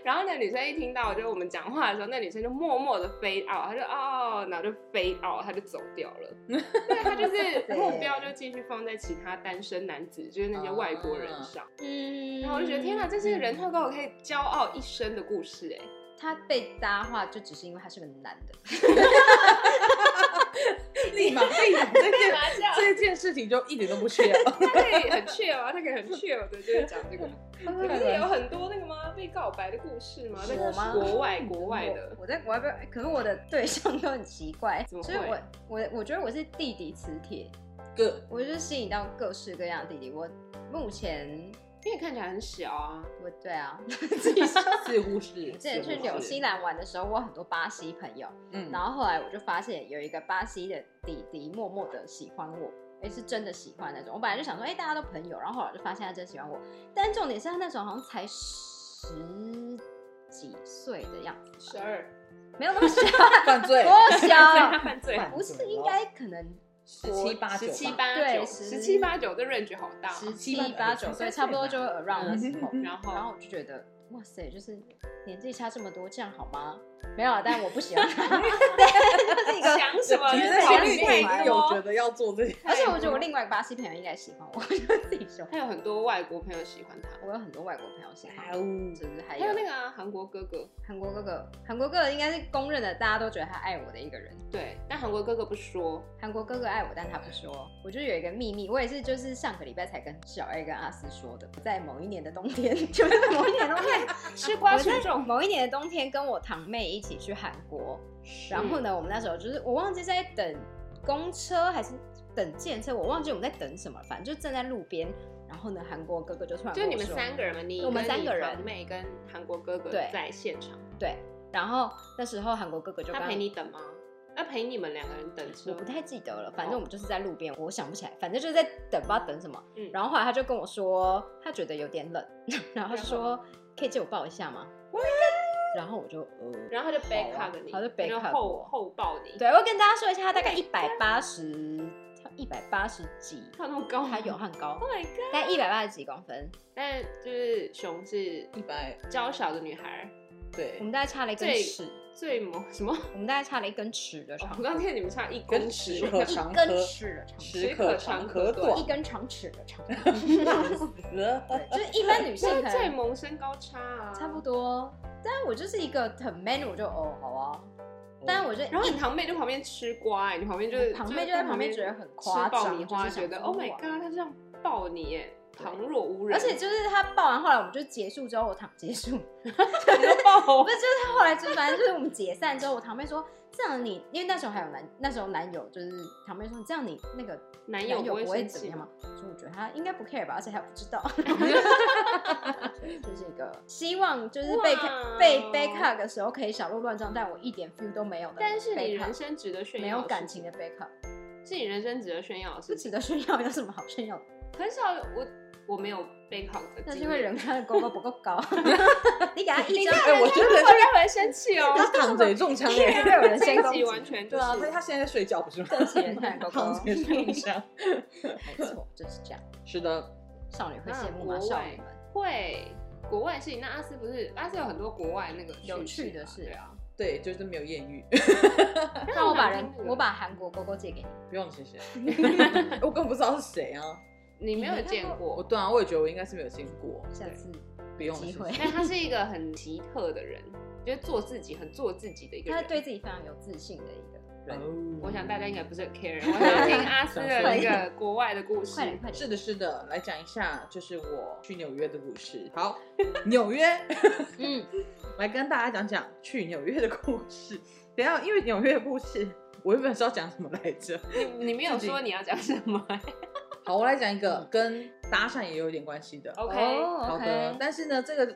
S2: 然后那女生一听到就是我们讲话的时候，那女生就默默的飞 out，她就哦，然后就飞 out，她就走掉了。 对，她就是目标就继续放在其他单身男子，就是那些外国人上。
S1: 嗯
S2: 然后我就觉得天哪，这是人特狗可以骄傲一生的故事 哎、
S1: 他被搭话就只是因为他是个男的，
S3: 立马立马这件
S2: 麻将
S3: 这件事情就一点都不缺。
S2: 他可以很 chill 啊，他可以很 chill 的，就是讲 这个。你不是有很多那个吗？被告白的故事吗？在
S1: 我吗
S2: 国外国外的
S1: 我，我在国外被，可是我的对象都很奇怪，
S2: 怎么
S1: 所以
S2: 会
S1: 我我我觉得我是地底磁铁，
S3: Good，
S1: 我就是吸引到各式各样的弟弟。我目前
S2: 因为看起来很小啊。
S1: 我对啊，
S3: 似乎 是。
S1: 之前去
S3: 似乎是
S1: 纽西，兰玩的时候，我有很多巴西朋友，
S3: 嗯
S1: 然后后来我就发现有一个巴西的弟弟默默的喜欢我，哎、是真的喜欢那种。我本来就想说，哎、大家都朋友，然后后来我就发现他真喜欢我。但重点是他那时候好像才十几岁的样子吧，
S2: 十二，
S1: 没有那么 小，
S3: 犯罪，
S1: 多
S2: 他
S1: 小，
S2: 犯 罪，
S1: 不是应该可能
S3: 十七八
S2: 十
S3: 九吧，
S2: 七八
S1: 对
S2: 九，
S1: 十
S2: 十七八九，这 range 好大哦。
S1: 十七八九嗯岁，差不多就 around 的时候。
S2: 然后
S1: 然后我就觉得，哇塞，就是年纪差这么多，这样好吗？没有啊，但我不喜欢 他，对，这是一个。
S2: 想什么？
S3: 其
S2: 就
S3: 实
S2: 是
S1: 考
S2: 考
S3: 心
S1: 虑
S2: 虑
S3: 里
S1: 太
S3: 面已
S2: 太
S1: 多
S3: 经有
S2: 多
S3: 觉。得要做这件
S1: 而且我觉得我另外一个巴西朋友应该喜欢我， 我就自己说，
S2: 他有很多外国朋友喜欢他，
S1: 我有很多外国朋友喜欢我，
S3: 事，
S1: 就是还
S2: 还有
S1: 有
S2: 那个啊，韩国哥哥，
S1: 韩国哥哥，韩国哥哥应该是公认的，大家都觉得他爱我的一个人。
S2: 对，但韩国哥哥不说，
S1: 韩国哥哥爱我，但他不说。我就有一个秘密，我也是就是上个礼拜才跟小 A 跟阿斯说的，在某一年的冬天，就是某一年的冬天，
S2: 吃瓜
S1: 我
S2: 群
S1: 在
S2: 众，
S1: 某一年的冬天跟我堂妹一起去韩国，然后呢，我们那时候就是我忘记在等公车还是等电车，我忘记我们在等什么，反正就站在路边。然后呢，韩国哥哥就突然
S2: 就
S1: 跟我
S2: 你们
S1: 说
S2: 三个人嘛，你
S1: 我们
S2: 跟
S1: 三
S2: 你
S1: 个人
S2: 堂妹跟韩国哥哥
S1: 对
S2: 在现场，
S1: 对，然后那时候韩国哥哥就
S2: 他
S1: 跟
S2: 陪你等吗？那陪你们两个人等车
S1: 我，不太记得了，反正我们就是在路边，我想不起来，反正就是在等，不知道等什么。
S2: 嗯
S1: 然后后来他就跟我说，他觉得有点冷， 然后他就说可以借我抱一下吗？然后我就呃，
S2: 然后他就 back
S1: 好啊
S2: hug 你，
S1: 他就 back
S2: 然
S1: hug
S2: 后后
S1: 我
S2: 后抱你，，
S1: 对我跟大家说一下，他大概一百八十，一百八十几，
S2: 他有那么高，
S1: 他有很高，
S2: ，Oh my god！
S1: 大概一百八十几公分，
S2: 但就是熊是
S3: 一百
S2: 娇小的女孩，
S3: 对
S1: 我，们大概差了一根
S2: 最
S1: 尺，
S2: 最猛什么？
S1: 我们大概差了一根尺的长
S2: 我
S1: 度，
S2: 刚听你们差一公
S3: 跟尺
S2: 尺，
S3: 可长
S1: 一根
S3: 可
S1: 尺的长度，
S3: 尺可长可短
S1: 一，根长尺的 长度，对
S3: 对，
S1: 就是一般女性
S2: 这
S1: 可能
S2: 是最萌身高差啊，
S1: 差不多。但我就是一个很 man，我就哦好啊。但我就
S2: 然后你堂妹就旁边吃瓜、欸，你旁边就是
S1: 旁妹就在旁边觉得很夸
S2: 吃爆
S1: 张，
S2: 米
S1: 就是
S2: 花，
S1: 想
S2: 觉得
S1: 说
S2: Oh my
S1: 哇
S2: god，他这样抱你耶，
S1: 对
S2: 旁若无人，
S1: 而且就是他抱完，后来我们就结束之后，我堂结束，
S2: 你都抱
S1: 不是就是他后来就反正就是我们解散之后，我堂妹说这样你，因为那时候还有男那时候男友就是堂妹说这样你那个
S2: 男
S1: 男
S2: 友
S1: 友
S2: 不
S1: 不会
S2: 生
S1: 怎么
S2: 气
S1: 样吗？？所以我觉得他应该不 care 吧，而且还不知 道，就是一个希望就是被
S2: 哇哦
S1: 被被 cut 的时候可以小鹿乱撞，但我一点 feel 都没有的 back up，
S2: 但是你人生值得炫耀，
S1: 没有感情的，被 cut，
S2: 是你人生值得炫耀的
S1: 不
S2: 事
S1: 值
S2: 情。
S1: 得炫耀，有什么好 炫耀的？
S2: 很少有我我没有被考的经验，
S1: 那是因为人看的勾勾不够高， 你给他一 张，
S3: 哎，我觉得
S2: 会让人生气 哦。
S3: 他躺着也中枪
S1: 因
S3: 哎，
S1: 为有人
S2: 这
S1: 先
S2: 一
S1: 攻
S2: 集
S1: 击，
S2: 完全就
S3: 对啊，
S2: 是
S3: 所以他现在在睡觉不 是吗？
S1: 攻击人看的勾勾
S3: 躺，着也中枪，
S1: 没错，就是这样。
S3: 是的，
S1: 少女会羡慕
S2: 那
S1: 吗？
S2: 国
S1: 少
S2: 外
S1: 女们，
S2: 会国外的事情。那阿斯不是阿斯有很多国外那个
S1: 有趣的事
S2: 事情啊，
S3: 对，就是没有艳遇，
S2: 对啊。
S1: 那我把人
S2: 那，个
S1: 我把韩国勾勾借给你，
S3: 不用谢 谢，我根本不知道是谁啊，
S2: 你没有
S1: 你没看
S2: 见
S3: 我
S2: 过，
S3: 对啊，我也觉得我应该是没有见过，
S1: 下次
S3: 不用
S1: 机会
S3: 谢谢
S2: 但他是一个很奇特的人，就是做自己很做自己的一个
S1: 他
S2: 人。
S1: 是对自己非常有自信的一个人。
S3: 哦
S2: 我想大家应该不是很 care，我想要听阿斯的那
S1: 想
S2: 个国外的故事
S1: 快。点快点，
S3: 是的，是的，来讲一下，就是我去纽约的故事。好， 纽约，
S1: 嗯，
S3: 来跟大家讲讲去纽约的故事。等一下，因为纽约的故事，我原本是要讲什么来着？
S2: 你你没有说你要讲什么
S3: 好，我来讲一个跟搭讪也有一点关系的。
S2: 哦 ？OK，
S1: 哦
S3: 好的，但是呢，这个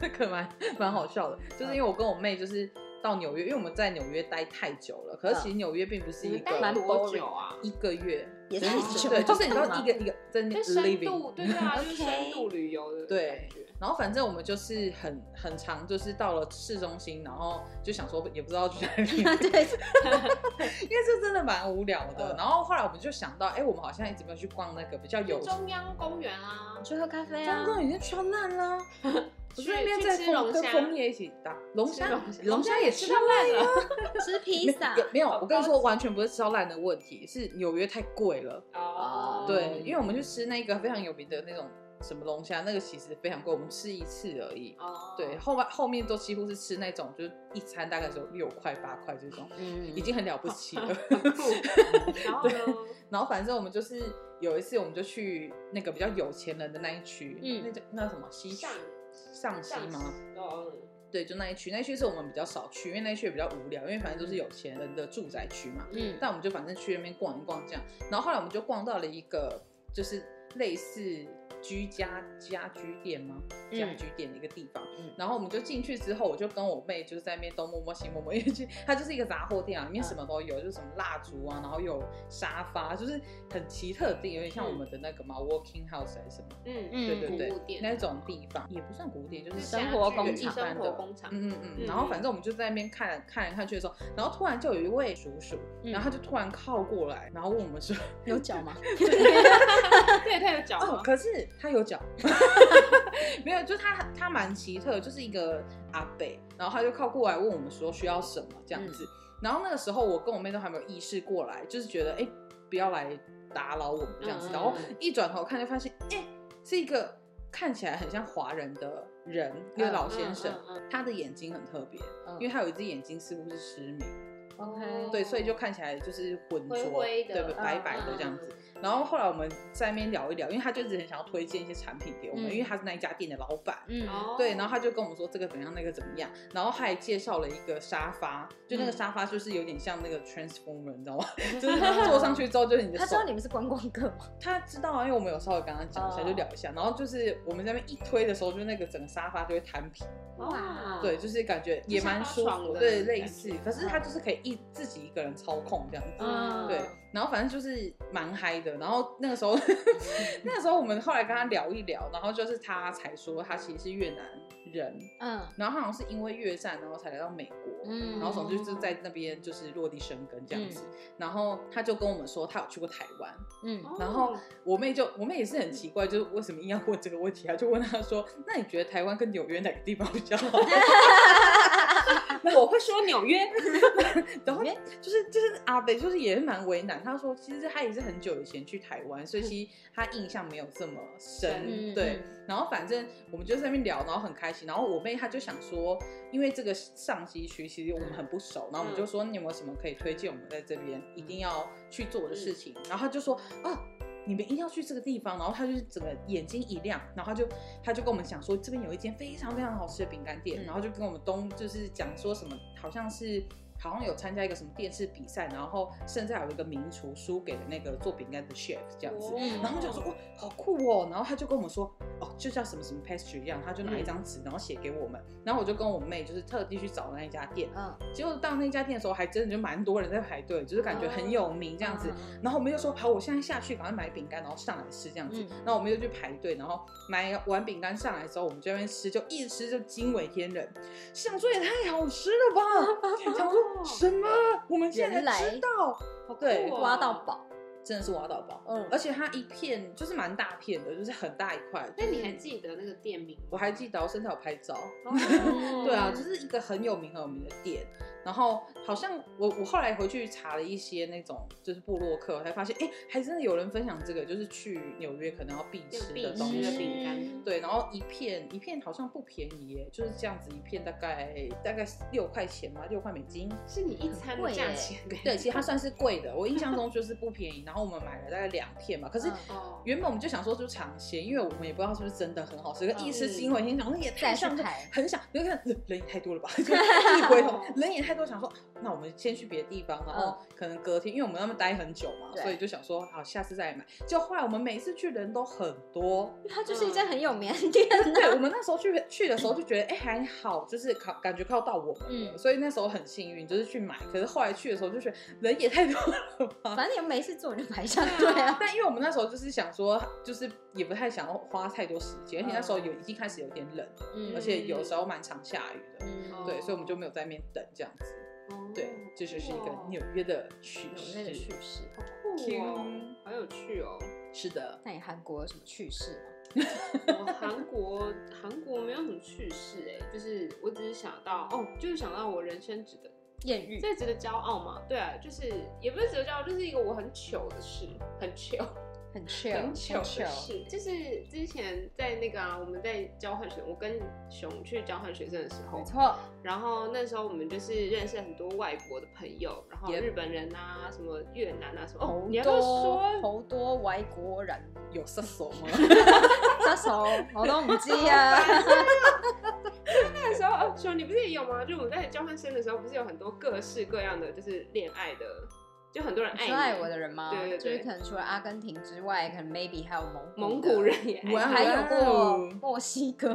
S3: 这个蛮蛮好笑的，就是因为我跟我妹就是到纽约，因为我们在纽约待太久了，可是其实纽约并不是
S2: 你
S3: 一
S2: 们
S3: 个
S2: 待
S1: 蛮
S2: 嗯多久啊？
S3: 一个月，
S1: 也
S3: 就是
S2: 太久
S3: 对，就是你知
S1: 了
S3: 道
S1: 吧
S3: 一个一个在那呃
S2: 就深
S3: living
S2: 度，对对啊，就
S1: OK
S2: 是深度旅游的
S3: 对
S2: 感觉。
S3: 然后反正我们就是很很长，就是到了市中心，然后就想说也不知道去哪 里，
S1: 对，
S3: 因为这真的蛮无聊的。
S1: 嗯
S3: 然后后来我们就想到，哎、我们好像一直没有去逛那个比较有
S2: 就中央公园啊，
S1: 去喝咖啡啊
S3: 中，东已经超烂啦。 我
S2: 去
S3: 在那边在
S2: 去吃
S3: 枫
S2: 龙
S3: 跟
S2: 虾
S3: 枫叶一起打龙虾
S2: 吃龙虾，
S3: 龙虾也吃到
S2: 烂
S3: 烂了。
S2: 了。
S1: 吃披萨
S3: 没，有没有，我跟你
S2: 好
S3: 说，
S2: 高级
S3: 完全不是吃到烂的问题，是纽约太贵了。
S2: 哦，
S3: 对，因为我们去吃那个非常有名的那种什么龙虾，那个其实非常贵，我们吃一次而已。
S2: 哦，
S3: 对，后面后面都几乎是吃那种，就是一餐大概只有六块八块这种，
S1: 嗯
S3: 已经很了不起 了。
S2: 很酷。然后呢？
S3: 然后反正我们就是有一次，我们就去那个比较有钱人的那一区，
S1: 嗯
S3: 那叫那什么西区
S2: 上
S3: 上西
S2: 上
S3: 吗？
S2: 哦，
S3: 对，就那一区，那一区是我们比较少去，因为那一区也比较无聊，因为反正都是有钱人的住宅区嘛。
S1: 嗯，
S3: 但我们就反正去那边逛一逛这样，然后后来我们就逛到了一个就是类似居家家居店吗？
S1: 嗯
S3: 家居店的一个地方。
S1: 嗯
S3: 然后我们就进去之后，我就跟我妹就是在那边东摸摸西摸摸，因为就它就是一个杂货店啊，里面什么都有，就是什么蜡烛啊，然后有沙发，就是很奇特的地，有点像我们的那个嘛、working house 还是什么，
S2: 嗯
S1: 嗯
S3: 对对
S2: 古物
S3: 对，
S2: 店
S3: 那种地方也不算古店，就是
S1: 生活工厂
S3: 工厂般
S2: 生
S3: 的
S2: 活工厂。
S3: 嗯嗯
S2: 嗯
S3: 嗯，然后反正我们就在那边看看来看去的时候，然后突然就有一位叔叔，
S1: 嗯
S3: 然后他就突然靠过来，然后问我们说，
S1: 有脚吗？
S2: 对，他有脚
S3: 哦，
S2: 吗？
S3: 可是他有脚， 没有，就他他蛮奇特，就是一个阿北，然后他就靠过来问我们说需要什么这样
S1: 嗯
S3: 子，然后那个时候我跟我妹都还没有意识过来，就是觉得哎、不要来打扰我们这样
S1: 嗯
S3: 子，
S1: 嗯嗯
S3: 然后一转头看就发现哎、是一个看起来很像华人的人，一个老先生，
S1: 嗯嗯
S3: 他的眼睛很特别，
S1: 嗯
S3: 因为他有一只眼睛似乎是失明，
S1: OK
S3: 对，所以就看起来就是浑浊，
S1: 灰灰的
S3: 对，
S1: 嗯
S3: 白白的这样子。然后后来我们在那边聊一聊，因为他就一直很想要推荐一些产品给我们，
S1: 嗯
S3: 因为他是那一家店的老板。
S1: 嗯
S2: 哦
S3: 对，然后他就跟我们说这个怎么样，那个怎么样，然后他还介绍了一个沙发，就那个
S1: 嗯
S3: 沙发就是有点像那个 transformer，你知道吗？ 就是坐上去之后就是你 的
S1: 他
S3: 手
S1: 知道你们是观光客吗？
S3: 他知道啊，因为我们有稍微跟他讲一下，
S1: 哦
S3: 就聊一下，然后就是我们在那边一推的时候，就那个整个沙发就会摊平，
S2: 哇，
S3: 对，就是感觉也蛮舒
S2: 就像拉
S3: 服
S2: 床的
S3: 的，对，
S2: 感
S3: 类
S2: 觉
S3: 似，可是他就是可以一自己一个人操控这样子，
S1: 嗯
S3: 对，然后反正就是蛮嗨的。然后那个时候， 那个时候我们后来跟他聊一聊，然后就是他才说他其实是越南人，
S1: 嗯
S3: 然后他好像是因为越战，然后才来到美国。
S1: 嗯，
S3: 然后总之就是在那边就是落地生根这样子，然后他就跟我们说他有去过台湾，
S1: 嗯
S2: 哦，
S3: 然后我妹就我妹也是很奇怪，就是为什么硬要问这个问题啊？就问她说，那你觉得台湾跟纽约哪个地方比较好？
S2: 我会说纽 约，
S3: 然后就是就是阿北就是也是蛮为难，他说其实他也是很久以前去台湾，所以其实他印象没有这么深，
S1: 嗯
S3: 对。然后反正我们就在那边聊，然后很开心。然后我妹她就想说，因为这个上西区其实我们很不熟，然后我们就说你有没有什么可以推荐我们在这边一定要去做的事情？然后她就说啊。你们一定要去这个地方，然后她就是整个眼睛一亮，然后她就她就跟我们讲说，这边有一间非常非常好吃的饼干店，
S1: 嗯
S3: 然后就跟我们东就是讲说什么，好像是好像有参加一个什么电视比赛，然后甚至还有一个名厨输给了那个做饼干的 chef 这样子，然后我们就说哇，好酷哦！然后他就跟我们说，哦，就叫什么什么 pastry 一样，他就拿一张
S1: 嗯
S3: 纸，然后写给我们。然后我就跟我妹就是特地去找那一家店，
S1: 嗯，
S3: 结果到那家店的时候，还真的就蛮多人在排队，就是感觉很有名这样子。
S1: 嗯
S3: 然后我们又说好，我现在下去赶快买饼干，然后上来吃这样子。
S1: 嗯
S3: 然后我们又去排队，然后买完饼干上来之后，我们就在那边吃，就一直吃就惊为天人，想说也太好吃 了吧！想说什么？我们现在
S1: 原来
S3: 才知道，
S2: 好酷哦
S3: 对
S1: 挖到。宝，
S3: 真的是挖到宝。
S1: 嗯
S3: 而且它一片就是蛮大片的，就是很大一块。
S2: 那你还记得那个店名吗？
S3: 我还记得，我甚至有拍照。
S2: 哦
S3: 对啊，就是一个很有名很有名的店。然后好像我我后来回去查了一些那种就是部落客，我才发现哎、诶还真的有人分享这个，就是去纽约可能要必吃的东
S2: 必吃的
S3: 西。
S2: 饼
S1: 嗯
S2: 干
S3: 对，然后一片一片好像不便宜耶，就是这样子一片大概大概六块钱吧，六块美金。
S2: 是你一餐的价钱，
S3: 对，其实它算是贵的，我印象中就是不便宜。然后我们买了大概两片嘛，可是
S1: 嗯
S2: 哦，
S3: 原本我们就想说就尝鲜，因为我们也不知道是不是真的很好吃。可
S1: 嗯
S3: 一时惊为天人，想说也太
S1: 再
S3: 上
S1: 上
S3: 头，
S1: 台，
S3: 很想，就看人人也太多了吧，就一回头
S2: 哦
S3: 人也太多，想说那我们先去别的地方，然后可能隔天，因为我们在那边待很久嘛，
S1: 嗯对
S3: 所以就想说好下次再来买。就后来我们每次去人都很 多，
S1: 它就是一家很有 名的店
S3: 对我们那时候去去的时候就觉得哎、还好，就是靠感觉靠到我们了，
S1: 嗯
S3: 所以那时候很幸运，就是去买。可是后来去的时候就觉得人也太多了吧，
S1: 反正你们没事 做，你就排一下队啊。
S3: 但因为我们那时候就是想说，就是也不太想要花太多时间，而且那时候有已经开始有点冷了，
S1: 嗯
S3: 而且有时候蛮常下雨的，
S2: 哦
S1: 嗯
S3: 对，所以我们就没有在那边等这样子。
S2: 嗯
S3: 对，这就是一
S2: 哦
S3: 个纽约的趣
S1: 有那个
S3: 事
S1: 趣。事。
S2: 好酷哦，好有趣哦。
S3: 是的，
S1: 那你韩国有什么趣事吗？
S2: 我韩国韩国没有什么趣事哎、就是我只是想到哦，就是想到我人生值得，
S1: 艳遇？
S2: 这值得骄傲嘛？对啊，就是也不是值得骄傲，就是一个我很糗的事，很糗。
S1: 很 chill，
S2: 很糗
S1: 很
S2: 的事，就是之前在那个啊，我们在交换学，我跟熊去交换学生的时候
S1: 没，错，
S2: 然后那时候我们就是认识很多外国的朋友，然后
S3: Yep
S2: 日本人啊，什么越南啊，什么
S1: 好
S2: 哦
S1: 多，
S2: 你要不要说？
S1: 好多外國人，
S3: 有射手吗？
S1: 這首我都唔知啊。
S2: 那时候哦，熊你不是也有吗？就我们在交换生的时候，不是有很多各式各样的就是恋爱的，就很多人
S1: 你
S2: 爱
S1: 说
S2: 你
S1: 爱我的人吗？
S2: 哎对对
S1: 就是
S2: 对
S1: 可能除了阿根廷之外，可能 maybe 还有蒙
S2: 蒙
S1: 古
S2: 古
S1: 的，
S2: 人也爱你啊
S3: 哇
S1: 还有
S3: 哇
S1: 过
S3: 哦
S1: 墨西哥，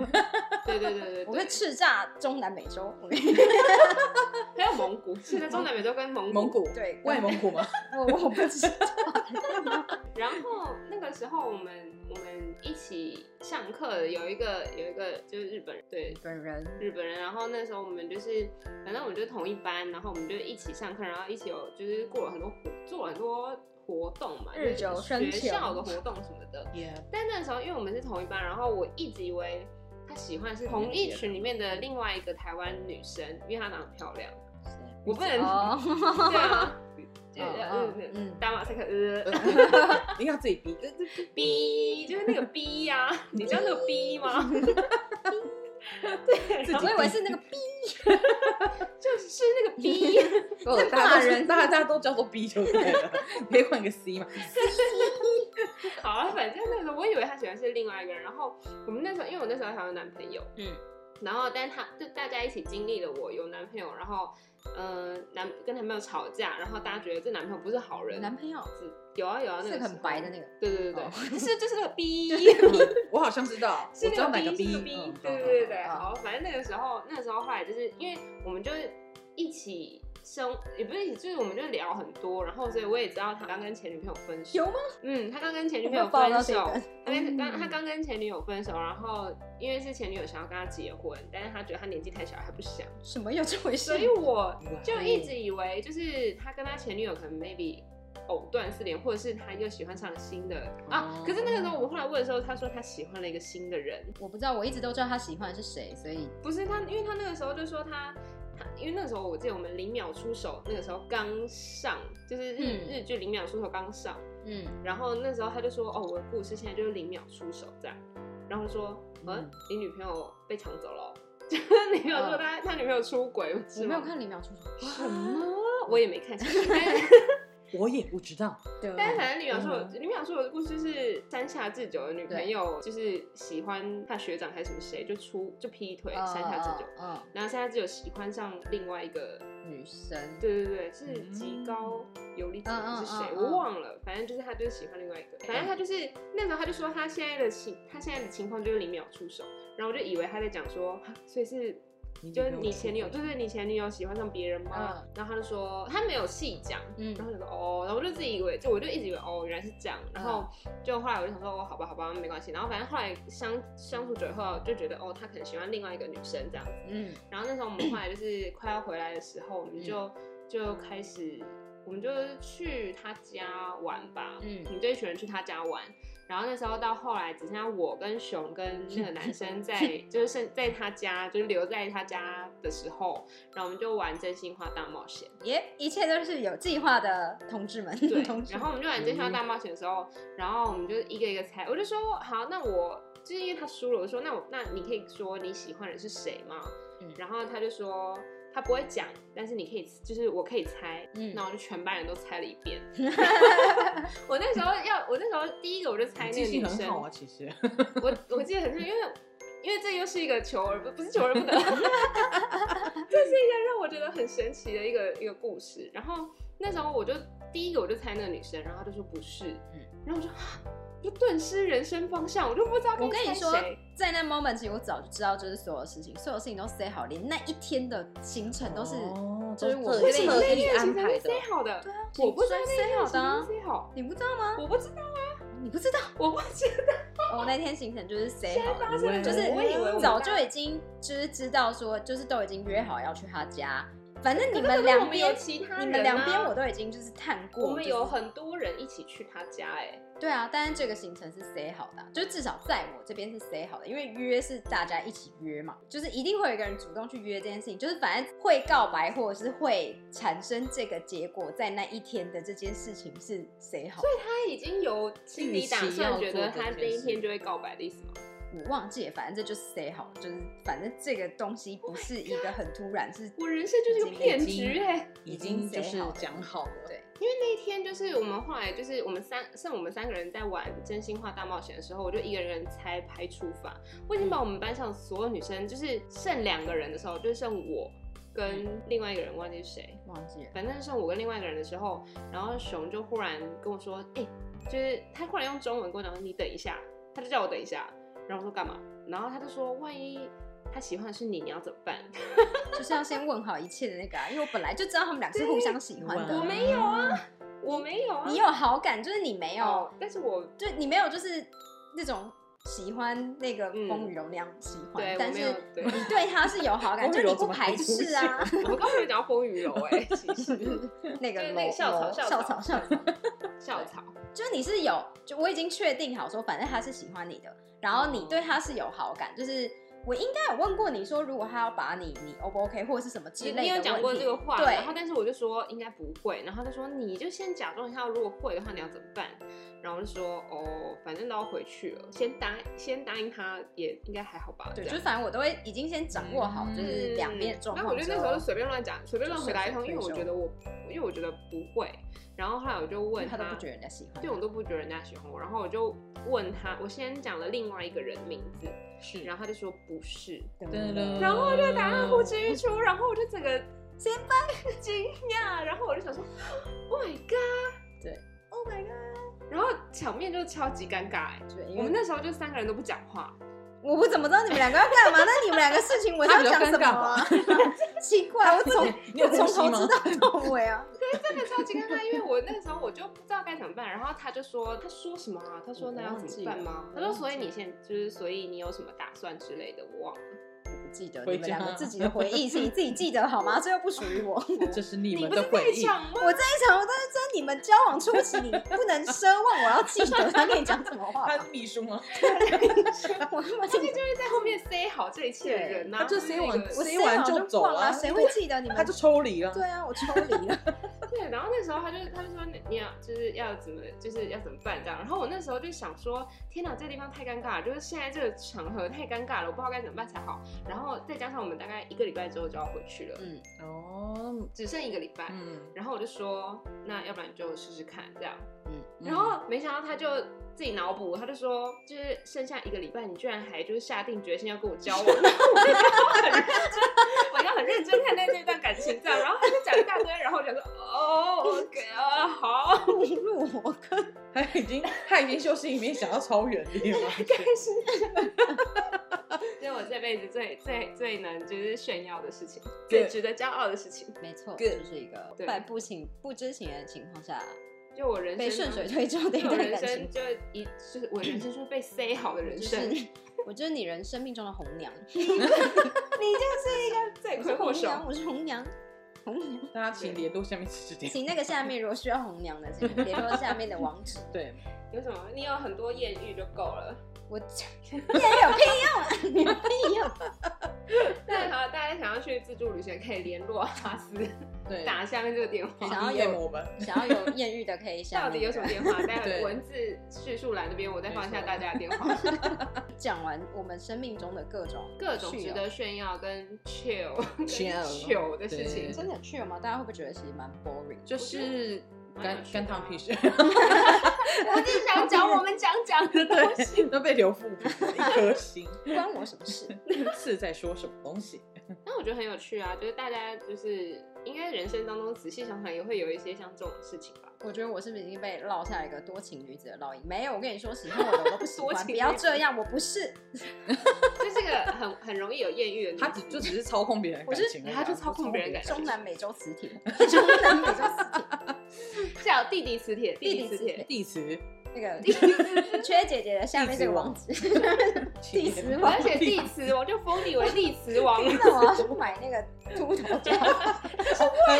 S2: 对对对对对，
S1: 我会叱咤中南美洲。 我跟你
S2: 还有蒙古，现在中南美洲跟蒙古
S3: 蒙古，
S1: 对，
S3: 外蒙古吗？
S1: 我我不知道。
S2: 然后那个时候我们我们一起上课的有一个有一个就是日本人，对
S1: 本 人
S2: 日本人。然后那时候我们就是反正我们就同一班，然后我们就一起上课，然后一起有就是过了很多活做了很多活动嘛，
S1: 日
S2: 就
S1: 久
S2: 是
S1: 生情
S2: 学校的活动什么的。
S3: 也
S2: 但那时候因为我们是同一班，然后我一直以为他喜欢是同一群里面的另外一个台湾女生，因为她长得很漂亮。我不能
S1: 哦，
S2: 对啊，对
S1: 嗯
S2: 呃
S1: 嗯嗯
S2: 打马赛克，呃，
S3: 你看自己逼，
S2: 逼就是那个逼呀，你知道那个逼吗？ 对，然后
S1: 我以为是那个 B，
S2: 就是是那个逼，
S3: 大
S1: 大
S3: 家都
S1: 人
S3: 大家大家都叫做逼就对了， 可以换个 C 嘛？
S2: 好了，反正那时候我以为他喜欢是另外一个人，然后我们那时候因为我那时候还有男朋友，
S1: 嗯，
S2: 然后但他就大家一起经历了我有男朋友，然后呃男跟男朋友吵架，然后大家觉得这男朋友不是好人，
S1: 男朋友
S2: 是有啊有啊，那
S1: 是
S2: 个时
S1: 很
S2: 候
S1: 白的，那个，
S2: 对对对对，
S3: 哦
S2: 就是就是那个 逼。
S3: 我好像知道，
S2: 是
S3: 我知道哪
S2: 那
S3: 个
S2: 逼，
S3: 逼，
S2: 是
S3: 嗯
S2: 逼，
S3: 懂
S2: 对对
S3: 懂懂
S2: 对，
S1: 懂
S2: 好，反正那个时候，那时候后来就是因为我们就是一起生，也不是一起，就是我们就聊很多，然后所以我也知道他刚跟前女朋友分手，
S1: 有吗？
S2: 嗯，他刚跟前女朋
S1: 我没
S2: 友
S1: 有 follow
S2: 分手
S1: 到这一，
S2: 他
S3: 嗯
S2: 跟
S1: 段
S2: 刚他刚跟前女友分手，然后因为是前女友想要跟他结婚，但是他觉得他年纪太小还不想，
S1: 什么有这回事
S2: 所？以我
S3: 哇
S2: 就一直以为就是他跟他前女友可能 maybe。藕断丝连，或者是他又喜欢上新的啊
S3: 哦？
S2: 可是那个时候我后来问的时候，他说他喜欢了一个新的人，
S1: 我不知道，我一直都知道他喜欢的是谁，所以
S2: 不是他，因为他那个时候就说他，他因为那时候我记得我们零秒出手，那个时候刚上，就是日、
S1: 嗯
S2: 日剧零秒出手刚上，
S1: 嗯，
S2: 然后那时候他就说哦，我的故事现在就是零秒出手这样，然后我就说嗯、
S3: 嗯
S2: 你女朋友被抢走了哦、 就是你没有说他、他女朋友出轨
S1: 嗯我
S2: 是
S1: 没
S2: 吗？
S1: 有看李淼出手，
S2: 什么，我也没看， 其实但是
S3: 我也不知道，
S2: 但是反正李淼说
S3: 嗯，
S2: 李淼说我的故事是山下智久的女朋
S1: 对
S2: 友，就是喜欢他学长还是什么谁，就出就劈腿
S1: 嗯
S2: 山下智久。，
S1: 嗯，
S2: 然后现在只有喜欢上另外一个，
S1: 嗯女生，
S2: 对对对，是极高游离子
S1: 嗯嗯
S2: 还是谁
S1: 嗯，嗯
S2: 我忘了，反正就是他就是喜欢另外一个，反正他就是那时候他就说他现在的情，他现在的情况就是零秒出手，然后我就以为他在讲说，哈所以是。
S3: 你
S2: 就是
S3: 女朋友
S2: 你前女友，对对，你前女友喜欢上别人吗？然后他就说他没有细讲，
S1: 嗯
S2: 然后就说哦，然后我就自己以为，就我就一直以为哦原来是这样，然后就后来我就想说哦好吧好吧没关系，然后反正后来相相处久以后就觉得哦他可能喜欢另外一个女生这样子，
S1: 嗯，
S2: 然后那时候我们后来就是快要回来的时候，我们就就开始，我们就去他家玩吧。
S1: 嗯
S2: 我们就一群人去他家玩。然后那时候到后来，只剩下我跟熊跟那个男生在，就是剩在他家，就是留在他家的时候，然后我们就玩真心话大冒险。
S1: 也一切都是有计划的同志们，
S2: 对
S1: 同，志
S2: 然后我们就玩真心
S3: 嗯
S2: 话大冒险的时候，然后我们就一个一个猜。我就说好，那我就是因为他输了，我说那我那你可以说你喜欢的是谁吗？
S1: 嗯
S2: 然后他就说他不会讲，但是你可以就是我可以猜。
S1: 嗯
S2: 那我就全班人都猜了一 遍。 我那时候要，我那时候第一个我就猜那
S3: 记
S2: 个
S3: 性
S2: 女
S3: 很
S2: 生，
S3: 好啊，其实。
S2: 我我记得很清楚，因为因为这又是一个求而不不是求而不得， 这是一个让我觉得很神奇的一个一个故事。然后那时候我就第一个我就猜那个女生，然后她就说不是，
S1: 嗯
S2: 然后我就啊，我就 顿失人生方向，我就不知道该
S1: 我跟
S2: 猜
S1: 你说
S2: 谁，
S1: 在那 moment，其实我早就知道，就是所有事情，所有事情都 say 好，连那一天的行程 都是，
S3: 哦
S1: 就是
S3: 都
S1: 我
S3: 特
S1: 们
S3: 意
S1: 这边
S3: 特
S2: 那
S3: 意
S2: 天
S3: 安
S2: 行程
S3: 排
S2: 是
S3: 的。
S2: 谁好的？
S1: 对啊，
S2: 我不知道那
S1: 谁
S2: 天
S1: 好
S2: 行
S1: 的、
S2: 程
S1: 啊
S2: 是，谁好，
S1: 你不知道吗？
S2: 我不知道，
S1: 你不知道？
S2: 我不知道
S1: 哦，那天行程就是 say 好的，
S2: 发生了什么
S1: 就是嗯
S2: 我以为我
S1: 早
S2: 们
S1: 就已经就是知道说，就是都已经约好要去他家，反正你
S2: 可是
S1: 们
S2: 可 是我
S1: 两
S2: 们有
S1: 边。
S2: 其他人啊
S1: 你们两边我都已经就是探过，
S2: 我们有
S1: 就是
S2: 很多人一起去他家哎、
S1: 对啊，但是这个行程是 say 好的啊、就至少在我这边是 say 好的，因为约是大家一起约嘛，就是一定会有一个人主动去约这件事情，就是反正会告白或者是会产生这个结果，在那一天的这件事情是 say 好的，
S2: 他已经有心理打
S3: 预期要
S2: 算，
S3: 做
S2: 觉得他
S3: 这件
S2: 那一
S3: 事
S2: 天就会告白的意思吗？
S1: 我忘记了，反正这就是 say 好的，就是反正这个东西不是一个很突然，是
S2: 我人生就是个骗局哎、
S3: 已经就
S1: 已经
S3: 是
S1: 塞好了
S3: 讲好了，
S1: 对
S2: 那一天就是我们后来就是我们三剩我们三个人在玩真心话大冒险的时候，我就一个人猜排除法。我已经把我们班上所有女生，就是剩两个人的时候，就剩我
S3: 嗯
S2: 跟另外一个人，忘记是谁，
S1: 忘记了，
S2: 反正剩我跟另外一个人的时候，然后熊就忽然跟我说：“哎、就是他忽然用中文跟我讲说你等一下。”他就叫我等一下，然后我说干嘛？然后他就说：“万一他喜欢的是你，你要怎么办？”
S1: 就是要先问好一切的那个、啊，因为我本来就知道他们俩是互相喜欢
S2: 我
S1: 的，
S2: 没有啊，我没有啊，哦
S1: 你有好感，就是你没有，
S2: 哦，但是我
S1: 就你没有就是那种喜欢那个
S2: 嗯
S1: 风雨柔那样喜欢，
S2: 对
S1: 但
S2: 我没
S1: 是
S2: 有对
S1: 你对他是有好感，
S3: 风
S1: 就
S3: 雨
S1: 你
S3: 柔
S1: 不
S3: 怎么还
S1: 排斥啊。
S2: 我刚才讲到风雨柔哎、其实
S1: 那个
S2: 对
S1: 楼
S2: 那个校草
S1: 楼
S2: 校
S1: 校
S2: 草
S1: 草校草，
S2: 校草，
S1: 就是你是有，就我已经确定好说，反正他是喜欢你的，然后你对他是有好感，就是我应该有问过你说，如果他要把你，你 O 不 OK 或者是什么之
S2: 你
S1: 类的
S2: 你有讲过
S1: 问题
S2: 这个话，
S1: 对
S2: 然后但是我就说应该不会，然后他就说你就先假装一下，如果会的话你要怎么办？然后我就说哦，反正都要回去了，先答先答应他也应该还好吧，
S1: 对，
S2: 这
S1: 就
S2: 样
S1: 是反正我都会已经先掌握好，
S3: 嗯
S1: 就是两边的状
S2: 那
S1: 况。
S2: 我觉得那时候就随便乱讲，随便乱回答一通，
S1: 就
S2: 因为
S1: 顺水推
S2: 我
S1: 舟
S2: 觉得我，因为我觉得不会。然后后来我就问
S1: 他都不觉得人家喜欢，
S2: 对我都不觉得人家喜欢我。然后我就问他，我先讲了另外一个人名字，
S3: 是
S2: 然后他就说不是，
S3: 噔噔
S2: 然后就答案呼之欲出，然后我就整个先拜惊讶，然后我就想说，Oh my god，
S1: 对
S2: ，Oh my god，然后场面就超级尴尬、欸，
S3: 嗯
S1: 对，
S2: 我
S1: 因
S2: 们
S1: 为
S2: 那时候就三个人都不讲话，
S1: 我不怎么知道你们两个要干嘛，那你们两个事情我是要讲什么啊？ 奇怪，我从
S3: 你有
S1: 我从
S3: 分析
S1: 头
S3: 吗
S1: 知 道到尾啊。
S2: 真的超级尴尬，因为我那时候我就不知道该怎么办，然后他就说他说什么啊？他说那要怎么办吗？他说所以你现就是所以你有什么打算之类的，我忘了。
S1: 不记得
S3: 回
S1: 你们两个
S3: 家
S1: 自己的回忆是你自己记得好 吗？这又不属于我。
S3: 这是你们
S2: 不
S3: 的
S2: 是
S3: 回
S2: 在
S3: 忆。
S2: 场吗？
S1: 我这一场，我都是在你们交往初期，你不能奢望我要记得他跟你讲什么话
S3: 他
S1: 吧。
S3: 是秘书吗？
S1: 我他妈
S2: 这个就是在后面塞好这一切的人呐、
S3: 他就塞完
S2: 那个
S1: 我
S3: 塞
S1: 塞完
S3: 完就走
S1: 忘
S3: 了
S1: 了，谁会记得你们？
S3: 他就抽离了。
S1: 对啊，我抽离 了。
S2: 对，然后那时候他就他就说你你要就是要怎么就是要怎么办这样，然后我那时候就想说，天哪，这个地方太尴尬了，就是现在这个场合太尴尬了，我不知道该怎么办才好。然后再加上我们大概一个礼拜之后就要回去了，
S1: 嗯，
S3: 哦，
S2: 只剩一个礼拜，
S3: 嗯，
S2: 然后我就说，那要不然就试试看这样。
S3: 嗯
S2: 然后没想到他就自己脑补，他就说，就是剩下一个礼拜，你居然还就是下定决心要跟我 交往，然后我就很认真，我要很认真看待这段感情这样。然后他就讲一大堆，然后我就说，哦，OK 啊，好，
S1: 入魔坑。
S3: 他已经他已经休息里面想要超远的地方去，
S2: 开心。这是我这辈子最最最能就是炫耀的事情，最值得骄傲的事情，
S1: 没错，
S3: Good
S1: 就是一个
S2: 对
S1: 在不情不知情的情况下
S2: 就我人生
S1: 被顺水推舟的一
S2: 就我
S1: 段
S2: 人
S1: 感
S2: 生
S1: 情。
S2: 就一就是我人生就是被塞好的人
S1: 就
S2: 生，
S1: 是，我就是你人生命中的红 娘。
S2: 罪
S1: 我
S2: 魁
S1: 是
S2: 祸
S1: 红娘，
S2: 首。
S1: 我是红娘。红娘，
S3: 大家请联络下面指点。
S1: 请那个下面如果需要红娘的，请联络下面的网址。
S3: 对，
S2: 有什么？你有很多艳遇就够了。
S1: 我 你也有屁用啊！你有屁用。
S2: 那好，大家想要去自助旅行，可以联络哈斯，
S3: 嗯对，
S2: 打下面这个电话。
S1: 想要
S3: DM
S1: 有
S3: 我们，
S1: 想要有艳遇的可以下
S2: 到
S1: 面
S2: 底有什么电话？ 待会
S3: 对
S2: 文字叙述栏那边我再放下大家的电 话。
S1: 讲完我们生命中的各种
S2: 各种值
S1: 趣
S2: 得炫耀跟 chill 跟
S3: 哦 Chill
S2: 糗的事情
S1: 友，
S3: 对，
S1: 真的很趣吗？大家会不会觉得其实蛮 boring？
S3: 就
S2: 我
S3: 是
S2: 蛮有
S3: 干
S2: 趣的啊
S3: 干汤屁事，
S2: 我只想讲我们讲讲的东西。
S3: 对，都被留复评了一颗星。
S1: 关我什么事？
S3: 是在说什么东西？
S2: 但我觉得很有趣啊，就是大家就是应该人生当中仔细想想，也会有一些像这种事情吧。
S1: 我觉得我是不是已经被烙下一个多情女子的烙印？没有，我跟你说，喜欢我的我都不喜
S2: 多
S1: 欢，
S2: 情
S1: 不
S2: 女子
S1: 要这样，我不是，
S2: 就是个很很容易有艳遇的女子，
S3: 他只就只是操控别人
S1: 我
S3: 感
S1: 是
S3: 情而已啊，
S2: 他就操控别人感情
S1: 中南美洲磁 铁，中南美洲磁铁，
S2: 叫弟弟磁铁，弟
S1: 弟弟
S2: 弟磁
S1: 磁
S2: 铁
S1: 铁，
S3: 地词，
S1: 那 个缺姐姐的下面这个网址，地
S3: 地
S1: 磁
S2: 我
S1: 王
S2: 要写地磁，我就封你为地磁 王、
S1: 那我要去买那个秃头 胶，
S2: 万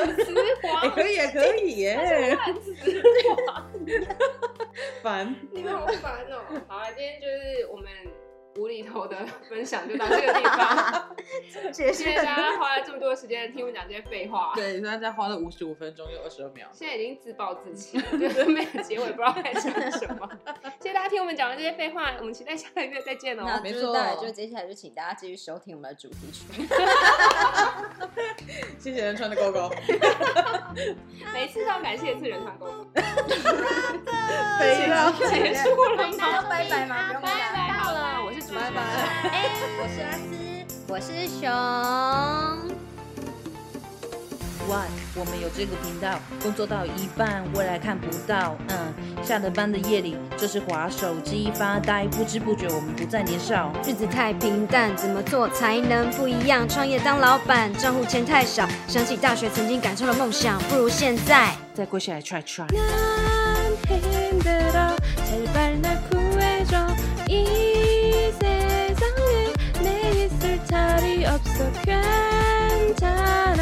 S2: 磁
S3: 哎，
S2: 王、
S3: 可以耶，可以耶，
S2: 万磁王，
S3: 烦。
S2: 你们好烦哦、好了，今天就是我们无厘头的分享就到这个地方，
S1: 谢
S2: 谢谢大家花了这么多时间听我讲这些废话。
S3: 对，大家花了五十五分钟又二十二秒，
S2: 现在已经自暴自弃了，就是没有结尾，不知道该讲什么。谢谢大家听我们讲完这些废话，我们期待下个月再见哦、
S1: 那就
S3: 没
S1: 是
S3: 错
S1: 当然，就接下来就请大家继续收听我们的主题曲。
S3: 谢谢仁川的狗狗，
S2: 每次都要感谢一次人团购，
S3: 肥 了
S2: 结束了
S1: 那要
S2: 吗？
S1: 拜拜吗？不用
S2: 拜 拜，好了，我是主持
S3: 拜
S2: 人。
S3: 拜。
S1: 哎，我是阿斯，我是熊。
S4: Why？我们有这个频道，工作到一半，未来看不到。嗯，下了班的夜里，就是划手机发呆，不知不觉我们不再年少。
S5: 日子太平淡，怎么做才能不一样？创业当老板，账户钱太少。想起大学曾经感受的梦想，不如现在。
S4: 再跪下来 try try。
S5: 난 힘들어 제발 날 구해줘 이 感叹。